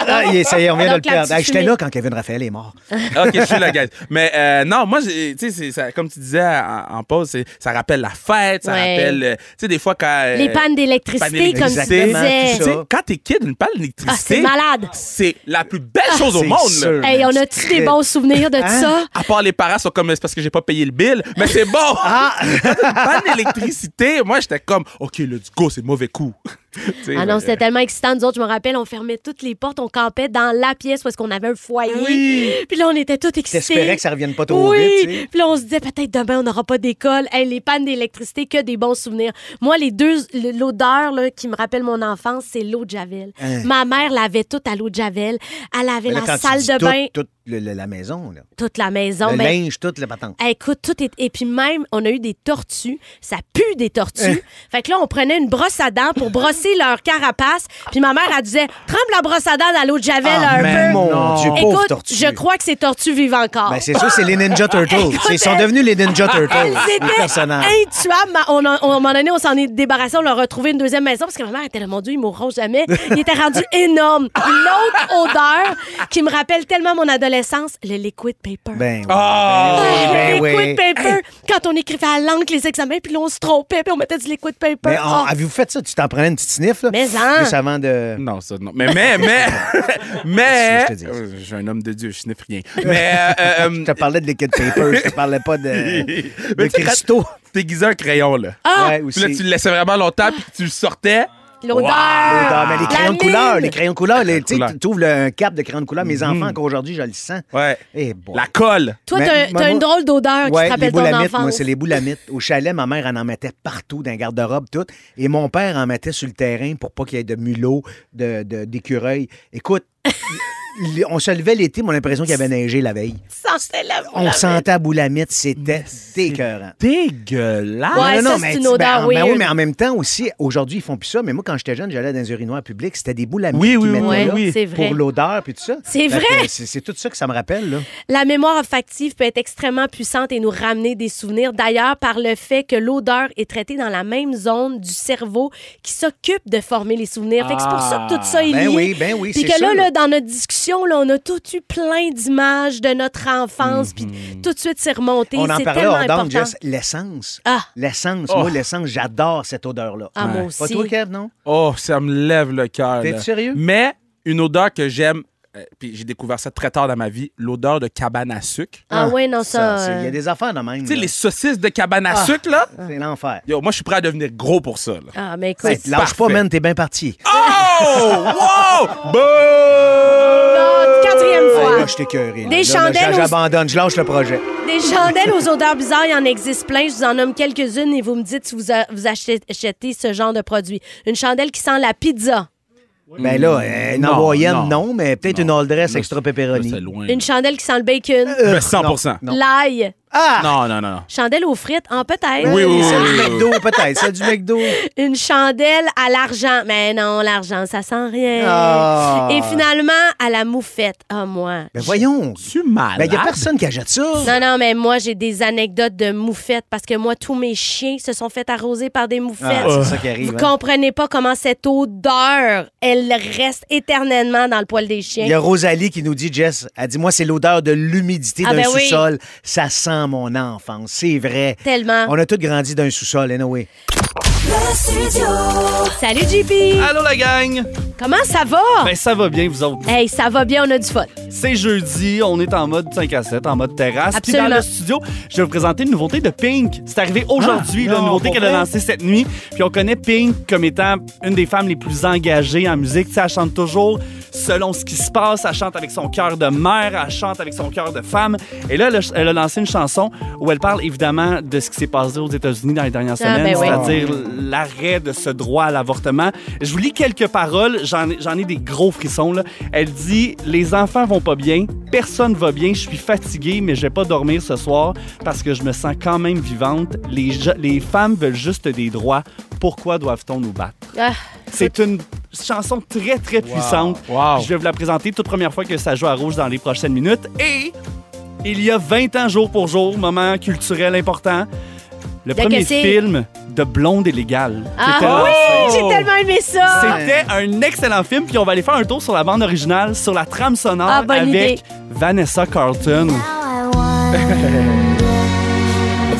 Speaker 2: ah, il est- ça y est, on vient
Speaker 3: Donc,
Speaker 2: de le
Speaker 3: la
Speaker 2: perdre.
Speaker 3: petite
Speaker 2: Hey, J'étais
Speaker 3: fumée.
Speaker 2: là quand Kevin Raphaël est mort.
Speaker 4: OK, je suis la guys. Mais euh, non, moi, j'ai- tu sais, c'est ça- comme tu disais en, en pause, c'est- ça rappelle la fête, ça
Speaker 3: Ouais.
Speaker 4: rappelle, euh, tu sais, des fois quand... euh,
Speaker 3: Les pannes d'électricité,
Speaker 4: panne
Speaker 3: comme tu
Speaker 4: d'électricité.
Speaker 2: Exactement,
Speaker 3: disais.
Speaker 4: Tu sais, quand t'es kid, une panne d'électricité...
Speaker 3: Ah, c'est malade.
Speaker 4: C'est la plus belle chose au
Speaker 2: Ah, c'est
Speaker 4: monde.
Speaker 2: sûr.
Speaker 4: là.
Speaker 3: Hey, on a-tu des bons souvenirs
Speaker 2: Hein?
Speaker 3: de ça?
Speaker 4: À part les parents sont comme, c'est parce que j'ai pas payé le bill, mais c'est bon.
Speaker 2: Ah!
Speaker 4: Pas d'électricité. Moi, j'étais comme, OK, le du go, c'est mauvais coup. Tu sais,
Speaker 3: Ah non,
Speaker 4: euh,
Speaker 3: c'était tellement excitant. Nous autres, je me rappelle, on fermait toutes les portes, on campait dans la pièce parce qu'on avait un foyer.
Speaker 4: Oui.
Speaker 3: Puis là, on était tous excités.
Speaker 2: T'espérais que ça revienne pas trop
Speaker 3: oui.
Speaker 2: vite, tu sais.
Speaker 3: Puis là, on se disait, peut-être demain, on n'aura pas d'école. Hey, les pannes d'électricité, que des bons souvenirs. Moi, les deux, le- l'odeur là, qui me rappelle mon enfance, c'est l'eau de Javel. Ma mère l'avait toute à l'eau de Javel. Elle avait
Speaker 2: Hein? Mais là,
Speaker 3: la
Speaker 2: quand tu
Speaker 3: salle
Speaker 2: dis
Speaker 3: de
Speaker 2: tout,
Speaker 3: bain,
Speaker 2: Toute le- le- la maison, là.
Speaker 3: toute la maison.
Speaker 2: le
Speaker 3: Ben,
Speaker 2: linge, toute la patente.
Speaker 3: Hey, Écoute, tout est. Et puis même, on a eu des tortues. Ça pue des
Speaker 2: Eh.
Speaker 3: tortues. fait que là, on prenait une brosse à dents pour brosser leur carapace. Puis ma mère, elle disait Trempe la brosse à dents dans l'eau de Javel un
Speaker 2: Ah, mais
Speaker 3: peu.
Speaker 2: mon Dieu, pauvre
Speaker 3: Écoute,
Speaker 2: tortue.
Speaker 3: je crois que ces tortues vivent encore.
Speaker 2: Ben, c'est sûr, c'est les Ninja Turtles. Ils sont devenus les Ninja Turtles,
Speaker 3: Elles
Speaker 2: les
Speaker 3: étaient
Speaker 2: personnages.
Speaker 3: intuables. Ma- On, en- on, à un moment donné, on s'en est débarrassé. On leur a retrouvé une deuxième maison parce que ma mère était là, mon Dieu, ils mourront jamais. Il était rendu énorme. Puis L'autre odeur qui me rappelle tellement mon adolescence, le liquid paper.
Speaker 2: Ben oui.
Speaker 4: Ah!
Speaker 2: Ben
Speaker 3: Le
Speaker 2: oui.
Speaker 3: liquid paper. Quand on écrivait à l'encre les examens, puis là, on se trompait, puis on mettait du liquid paper.
Speaker 2: Mais on-
Speaker 3: Ah.
Speaker 2: avez-vous fait ça? Tu t'en prenais une petite sniff, là.
Speaker 3: Mais hein!
Speaker 2: Juste avant de.
Speaker 4: Non, ça, non. Mais, mais, mais,
Speaker 2: Si,
Speaker 4: mais.
Speaker 2: je te dis.
Speaker 4: Euh, J'ai un homme de Dieu, je sniffe rien. Mais, euh,
Speaker 2: Je euh,
Speaker 4: euh,
Speaker 2: te parlais de liquid paper, je te parlais pas de.
Speaker 4: mais
Speaker 2: de
Speaker 4: tu sais, quand
Speaker 2: cristaux.
Speaker 4: T'aiguisais un crayon, là.
Speaker 3: Ah!
Speaker 2: Ouais,
Speaker 4: Puis là, tu
Speaker 2: aussi.
Speaker 4: le laissais vraiment longtemps, puis tu le sortais.
Speaker 3: L'odeur!
Speaker 2: Ah, mais les crayons de
Speaker 3: La
Speaker 2: couleur,
Speaker 3: mine!
Speaker 2: les crayons de couleur, les- tu
Speaker 4: couleur.
Speaker 2: sais, tu ouvres le- un cap de crayons de couleur. Mes enfants, encore aujourd'hui, je le sens.
Speaker 4: Mhm. Ouais.
Speaker 2: Eh, bon.
Speaker 4: La colle.
Speaker 3: Toi,
Speaker 2: Mais-
Speaker 3: t'as
Speaker 2: moi,
Speaker 3: t'as une
Speaker 2: moi-
Speaker 3: drôle d'odeur qui
Speaker 2: Ouais,
Speaker 3: Ah, te
Speaker 2: les
Speaker 3: rappelle ton
Speaker 2: boulamites, moi,
Speaker 3: enfance.
Speaker 2: c'est les boulamites. Au chalet, ma mère, elle en mettait partout, dans le garde-robe, tout. Et mon père en mettait sur le terrain pour pas qu'il y ait de mulots, de- de- d'écureuils. Écoute, l- on se levait l'été, mais on a l'impression qu'il avait neigé la veille.
Speaker 3: Sentais la
Speaker 2: On sentait la boulamite, c'était écœurant.
Speaker 4: Dégueulasse.
Speaker 3: Ouais, Mm. Ah, ça, c'est
Speaker 2: mais
Speaker 3: une
Speaker 2: tu- ben,
Speaker 3: odeur
Speaker 2: ben oui,
Speaker 3: weird.
Speaker 2: mais en même temps aussi, aujourd'hui, ils font plus ça. Mais moi, quand j'étais jeune, j'allais dans les urinoirs publics, c'était des boulamites
Speaker 4: Oui,
Speaker 2: qu'ils
Speaker 4: oui,
Speaker 2: mettaient
Speaker 4: oui,
Speaker 2: là
Speaker 4: oui.
Speaker 3: c'est vrai.
Speaker 2: pour l'odeur puis tout ça.
Speaker 3: C'est
Speaker 2: Fait que,
Speaker 3: vrai!
Speaker 2: euh, C'est c'est tout ça que ça me rappelle, là.
Speaker 3: La mémoire olfactive peut être extrêmement puissante et nous ramener des souvenirs. D'ailleurs, par le fait que l'odeur est traitée dans la même zone du cerveau qui s'occupe de former les souvenirs. Fait que c'est pour ça que tout ça est lié.
Speaker 2: Ben oui, ben oui,
Speaker 3: Puis
Speaker 2: c'est
Speaker 3: que
Speaker 2: ça,
Speaker 3: là,
Speaker 2: là.
Speaker 3: là, dans notre discussion, là, on a tout eu plein d'images de notre enfance. Puis tout de suite, c'est remonté.
Speaker 2: Mhm. On en
Speaker 3: C'est
Speaker 2: parlait
Speaker 3: tellement
Speaker 2: hors
Speaker 3: important.
Speaker 2: d'onde, Jess. L'essence.
Speaker 3: Ah.
Speaker 2: L'essence.
Speaker 4: Oh.
Speaker 2: Moi, l'essence, j'adore cette odeur-là.
Speaker 3: Ah, moi
Speaker 2: Pas
Speaker 3: aussi.
Speaker 2: toi, Kev, non?
Speaker 4: Oh, ça me lève le cœur.
Speaker 2: T'es
Speaker 4: là.
Speaker 2: sérieux?
Speaker 4: Mais une odeur que j'aime, euh, puis j'ai découvert ça très tard dans ma vie, l'odeur de cabane à sucre.
Speaker 3: Ah ouais, non, ça...
Speaker 2: c'est- Il y
Speaker 3: euh,
Speaker 2: a des affaires de même.
Speaker 4: Tu sais,
Speaker 2: là.
Speaker 4: les saucisses de cabane à
Speaker 2: Ah.
Speaker 4: sucre, là.
Speaker 2: C'est l'enfer.
Speaker 4: Yo, moi, je suis prêt à devenir gros pour ça, là.
Speaker 3: Ah, mais écoute...
Speaker 2: Hey, Lâche
Speaker 4: parfait.
Speaker 2: pas, man, t'es bien parti.
Speaker 4: Oh! wow! Boo!
Speaker 3: Notre quatrième
Speaker 2: Hey,
Speaker 3: fois.
Speaker 2: Ah, là, je t'ai cœuré. là.
Speaker 3: Des
Speaker 2: Là, là,
Speaker 3: chandelles aux-
Speaker 2: J'abandonne, je lâche le projet.
Speaker 3: Des chandelles aux odeurs bizarres, il en existe plein. Je vous en nomme quelques-unes et vous me dites si vous, a- vous achetez, achetez ce genre de produit. Une chandelle qui sent la pizza.
Speaker 2: Ben là, euh, une
Speaker 4: Non,
Speaker 2: hawaïenne,
Speaker 4: Hmm. non.
Speaker 2: non, mais peut-être une all dress extra pepperoni.
Speaker 4: C'est loin.
Speaker 3: Une chandelle qui sent le bacon.
Speaker 4: Ben, 100%.
Speaker 2: Euh, non.
Speaker 3: L'ail.
Speaker 2: Ah!
Speaker 4: Non, non, non. non.
Speaker 3: Chandelle aux frites, en peut-être.
Speaker 4: Oui, oui, oui,
Speaker 2: C'est du
Speaker 4: oui, oui.
Speaker 2: McDo, peut-être. C'est du McDo.
Speaker 3: Une chandelle à l'argent. Mais non, l'argent, ça sent rien.
Speaker 2: Ah.
Speaker 3: Et finalement, à la moufette. Ah, moi.
Speaker 2: Ben voyons.
Speaker 4: Tu mal.
Speaker 2: Ben, il n'y a personne qui achète ça.
Speaker 3: Non, non, mais moi, j'ai des anecdotes de moufettes parce que moi, tous mes chiens se sont fait arroser par des moufettes.
Speaker 2: Ah, c'est ça qui arrive,
Speaker 3: Vous
Speaker 2: hein.
Speaker 3: comprenez pas comment cette odeur, elle reste éternellement dans le poil des chiens.
Speaker 2: Il y a Rosalie qui nous dit, Jess, elle dit, moi, c'est l'odeur de l'humidité
Speaker 3: Ah,
Speaker 2: d'un
Speaker 3: ben oui.
Speaker 2: sous-sol. Ça sent mon enfance. C'est vrai.
Speaker 3: Tellement.
Speaker 2: On a tous grandi d'un sous-sol, anyway.
Speaker 3: Salut, JP!
Speaker 4: Ah.
Speaker 9: Allô la gang!
Speaker 3: Comment ça va?
Speaker 9: Ben ça va bien vous autres.
Speaker 3: Hey, ça va bien, on a du fun.
Speaker 9: C'est jeudi, on est en mode 5 à 7, en mode terrasse. Puis dans
Speaker 3: Absolument.
Speaker 9: le studio, je vais vous présenter une nouveauté de Pink. C'est arrivé aujourd'hui,
Speaker 2: Ah,
Speaker 9: là, une
Speaker 2: non,
Speaker 9: nouveauté
Speaker 2: pour
Speaker 9: qu'elle a
Speaker 2: vrai?
Speaker 9: lancée cette nuit. Puis on connaît Pink comme étant une des femmes les plus engagées en musique. Tu sais, elle chante toujours selon ce qui se passe. Elle chante avec son cœur de mère, elle chante avec son cœur de femme. Et là, elle a, elle a lancé une chanson où elle parle évidemment de ce qui s'est passé aux États-Unis dans les dernières
Speaker 3: Ah,
Speaker 9: semaines,
Speaker 3: ben oui.
Speaker 9: c'est-à-dire l'arrêt de ce droit à l'avortement. Je vous lis quelques paroles, j'en ai, j'en ai des gros frissons. Là. Elle dit Les enfants vont pas bien, personne va bien, je suis fatiguée, mais je vais pas dormir ce soir parce que je me sens quand même vivante. Les, je- les femmes veulent juste des droits. Pourquoi doivent-on nous battre
Speaker 3: Ah,
Speaker 9: C'est une chanson très, très puissante.
Speaker 4: Wow.
Speaker 9: Je vais vous la présenter toute première fois que ça joue à rouge dans les prochaines minutes. Et il y a 20 ans, jour pour jour, moment culturel important, le
Speaker 3: De
Speaker 9: premier
Speaker 3: Cassie.
Speaker 9: film de Blonde et légale.
Speaker 3: Ah,
Speaker 9: C'était-
Speaker 3: oui! J'ai tellement aimé ça!
Speaker 2: Ben,
Speaker 9: C'était un excellent film, puis on va aller faire un tour sur la bande originale, sur la trame sonore
Speaker 3: Ah, bonne
Speaker 9: avec
Speaker 3: idée.
Speaker 9: Vanessa Carlton.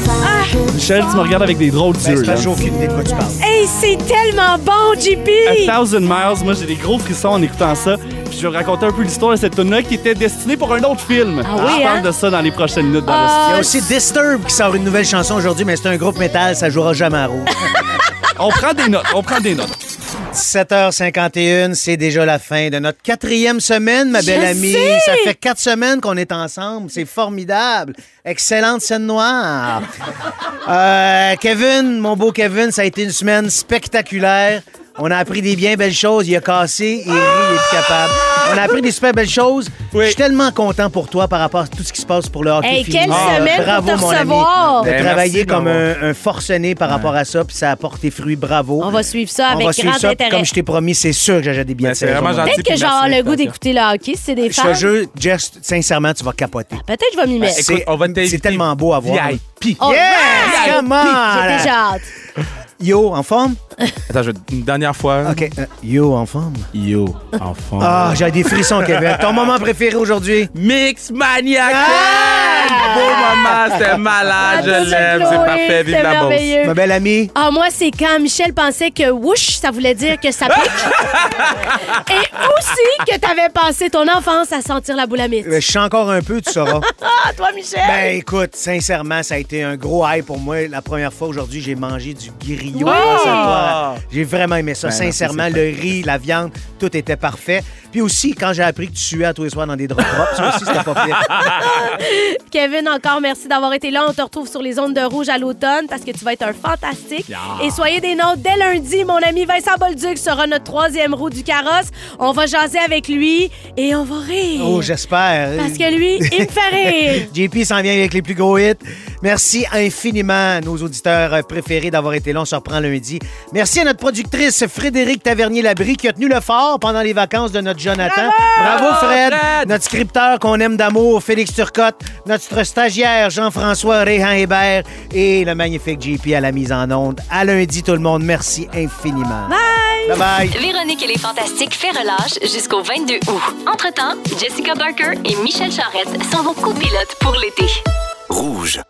Speaker 9: Ah! Michel, tu me regardes avec des drôles
Speaker 2: Ben,
Speaker 9: d'yeux.
Speaker 2: c'est pas
Speaker 9: là.
Speaker 2: j'ai aucune idée de quoi tu parles.
Speaker 3: Hey, c'est tellement bon, JP!
Speaker 9: A Thousand Miles, moi j'ai des gros frissons en écoutant ça. Puis je vais vous raconter un peu l'histoire de cette tune-là qui était destinée pour un autre film.
Speaker 3: Ah oui,
Speaker 9: je parle
Speaker 3: hein?
Speaker 9: de ça dans les prochaines minutes dans
Speaker 3: Ah,
Speaker 2: Il y a aussi Disturb qui sort une nouvelle chanson aujourd'hui, mais c'est un groupe métal, ça jouera jamais à rouge.
Speaker 9: le studio. On prend des notes, on prend des notes.
Speaker 2: 7h51, c'est déjà la fin de notre quatrième semaine, ma belle
Speaker 3: Je
Speaker 2: amie.
Speaker 3: sais!
Speaker 2: Ça fait quatre semaines qu'on est ensemble. C'est formidable. Excellente scène noire. Euh, Kevin, mon beau Kevin, ça a été une semaine spectaculaire. On a appris des bien belles choses. Il a cassé, il rit, il est plus capable. On a appris des super belles choses. Je suis tellement content pour toi par rapport à tout ce qui se passe pour le hockey
Speaker 3: Hey,
Speaker 2: féminin. Euh,
Speaker 3: quelle semaine pour
Speaker 2: Bravo,
Speaker 3: te
Speaker 2: mon ami,
Speaker 3: recevoir.
Speaker 2: de
Speaker 4: Ben,
Speaker 2: travailler
Speaker 4: merci de
Speaker 2: comme un,
Speaker 4: m'avoir-
Speaker 2: un forcené par rapport à ça, puis ça a porté fruit. Bravo.
Speaker 3: On va suivre ça avec
Speaker 2: On
Speaker 3: grand
Speaker 2: va suivre ça, puis
Speaker 3: intérêt.
Speaker 2: Comme je t'ai promis, c'est sûr que j'achète des billets
Speaker 4: Ben,
Speaker 2: de
Speaker 4: c'est
Speaker 2: saison.
Speaker 4: vraiment gentil.
Speaker 3: Peut-être que
Speaker 4: puis
Speaker 3: j'ai
Speaker 4: merci
Speaker 3: le
Speaker 4: de
Speaker 3: goût
Speaker 4: l'invitation.
Speaker 3: d'écouter le hockey si c'est des
Speaker 2: Je te
Speaker 3: fans.
Speaker 2: jure, Jess, sincèrement, tu vas capoter.
Speaker 3: Peut-être que je vais m'y mettre.
Speaker 2: C'est-
Speaker 4: Écoute, on va t'inviter
Speaker 2: c'est tellement beau à voir.
Speaker 4: VIP.
Speaker 3: Oh,
Speaker 2: Yes!
Speaker 3: ouais!
Speaker 2: Come on!
Speaker 3: J'ai déjà hâte.
Speaker 2: Yo, en forme?
Speaker 3: Mm-hmm.
Speaker 4: Attends, je... une dernière fois.
Speaker 2: OK. euh, yo, en forme?
Speaker 4: Yo, enfant.
Speaker 2: Ah, j'ai des frissons, Kevin. Ton moment préféré aujourd'hui?
Speaker 4: Mix Maniac!
Speaker 2: Ah!
Speaker 4: beau moment, c'était malade,
Speaker 3: Bravo,
Speaker 4: je l'aime, c'est
Speaker 3: Chloé,
Speaker 4: parfait, vive
Speaker 3: c'est
Speaker 4: la bourse.
Speaker 3: merveilleux.
Speaker 2: Ma belle amie,
Speaker 3: Ah, moi, c'est quand Michel pensait que whoosh, ça voulait dire que ça pique. Et aussi que t'avais passé ton enfance à sentir la boulamite.
Speaker 2: Ben, je suis encore un peu, tu sauras.
Speaker 3: Ah, toi, Michel!
Speaker 2: Ben écoute, sincèrement, ça a été un gros high pour moi. La première fois aujourd'hui, j'ai mangé du grillot. grâce à toi. J'ai vraiment aimé ça. sincèrement, le riz, la viande, tout était parfait. Puis aussi, quand j'ai appris que tu suais à tous les soirs dans des drops propres, ça aussi, c'était pas pire.
Speaker 3: Kevin, encore merci d'avoir été là. On te retrouve sur les ondes de rouge à l'automne parce que tu vas être un fantastique. Et soyez des nôtres dès lundi. Mon ami Vincent Bolduc sera notre troisième roue du carrosse. On va jaser avec lui et on va rire.
Speaker 2: Oh, j'espère.
Speaker 3: parce que lui, il me fait rire.
Speaker 2: JP s'en vient avec les plus gros hits. Merci infiniment à nos auditeurs euh, préférés d'avoir été là. On se reprend lundi. Merci à notre productrice Frédéric Tavernier-Labrie qui a tenu le fort pendant les vacances de notre Jonathan. Bravo, Fred. Notre scripteur qu'on aime d'amour, Félix Turcotte. Notre stagiaire, Jean-François Réhan Hébert. Et le magnifique JP à la mise en onde. À lundi, tout le monde. Merci infiniment. Bye. Bye-bye.
Speaker 7: Véronique et les Fantastiques fait relâche jusqu'au 22 août. Entre-temps, Jessica Barker et Michel Charette sont vos copilotes pour l'été.
Speaker 1: Rouge.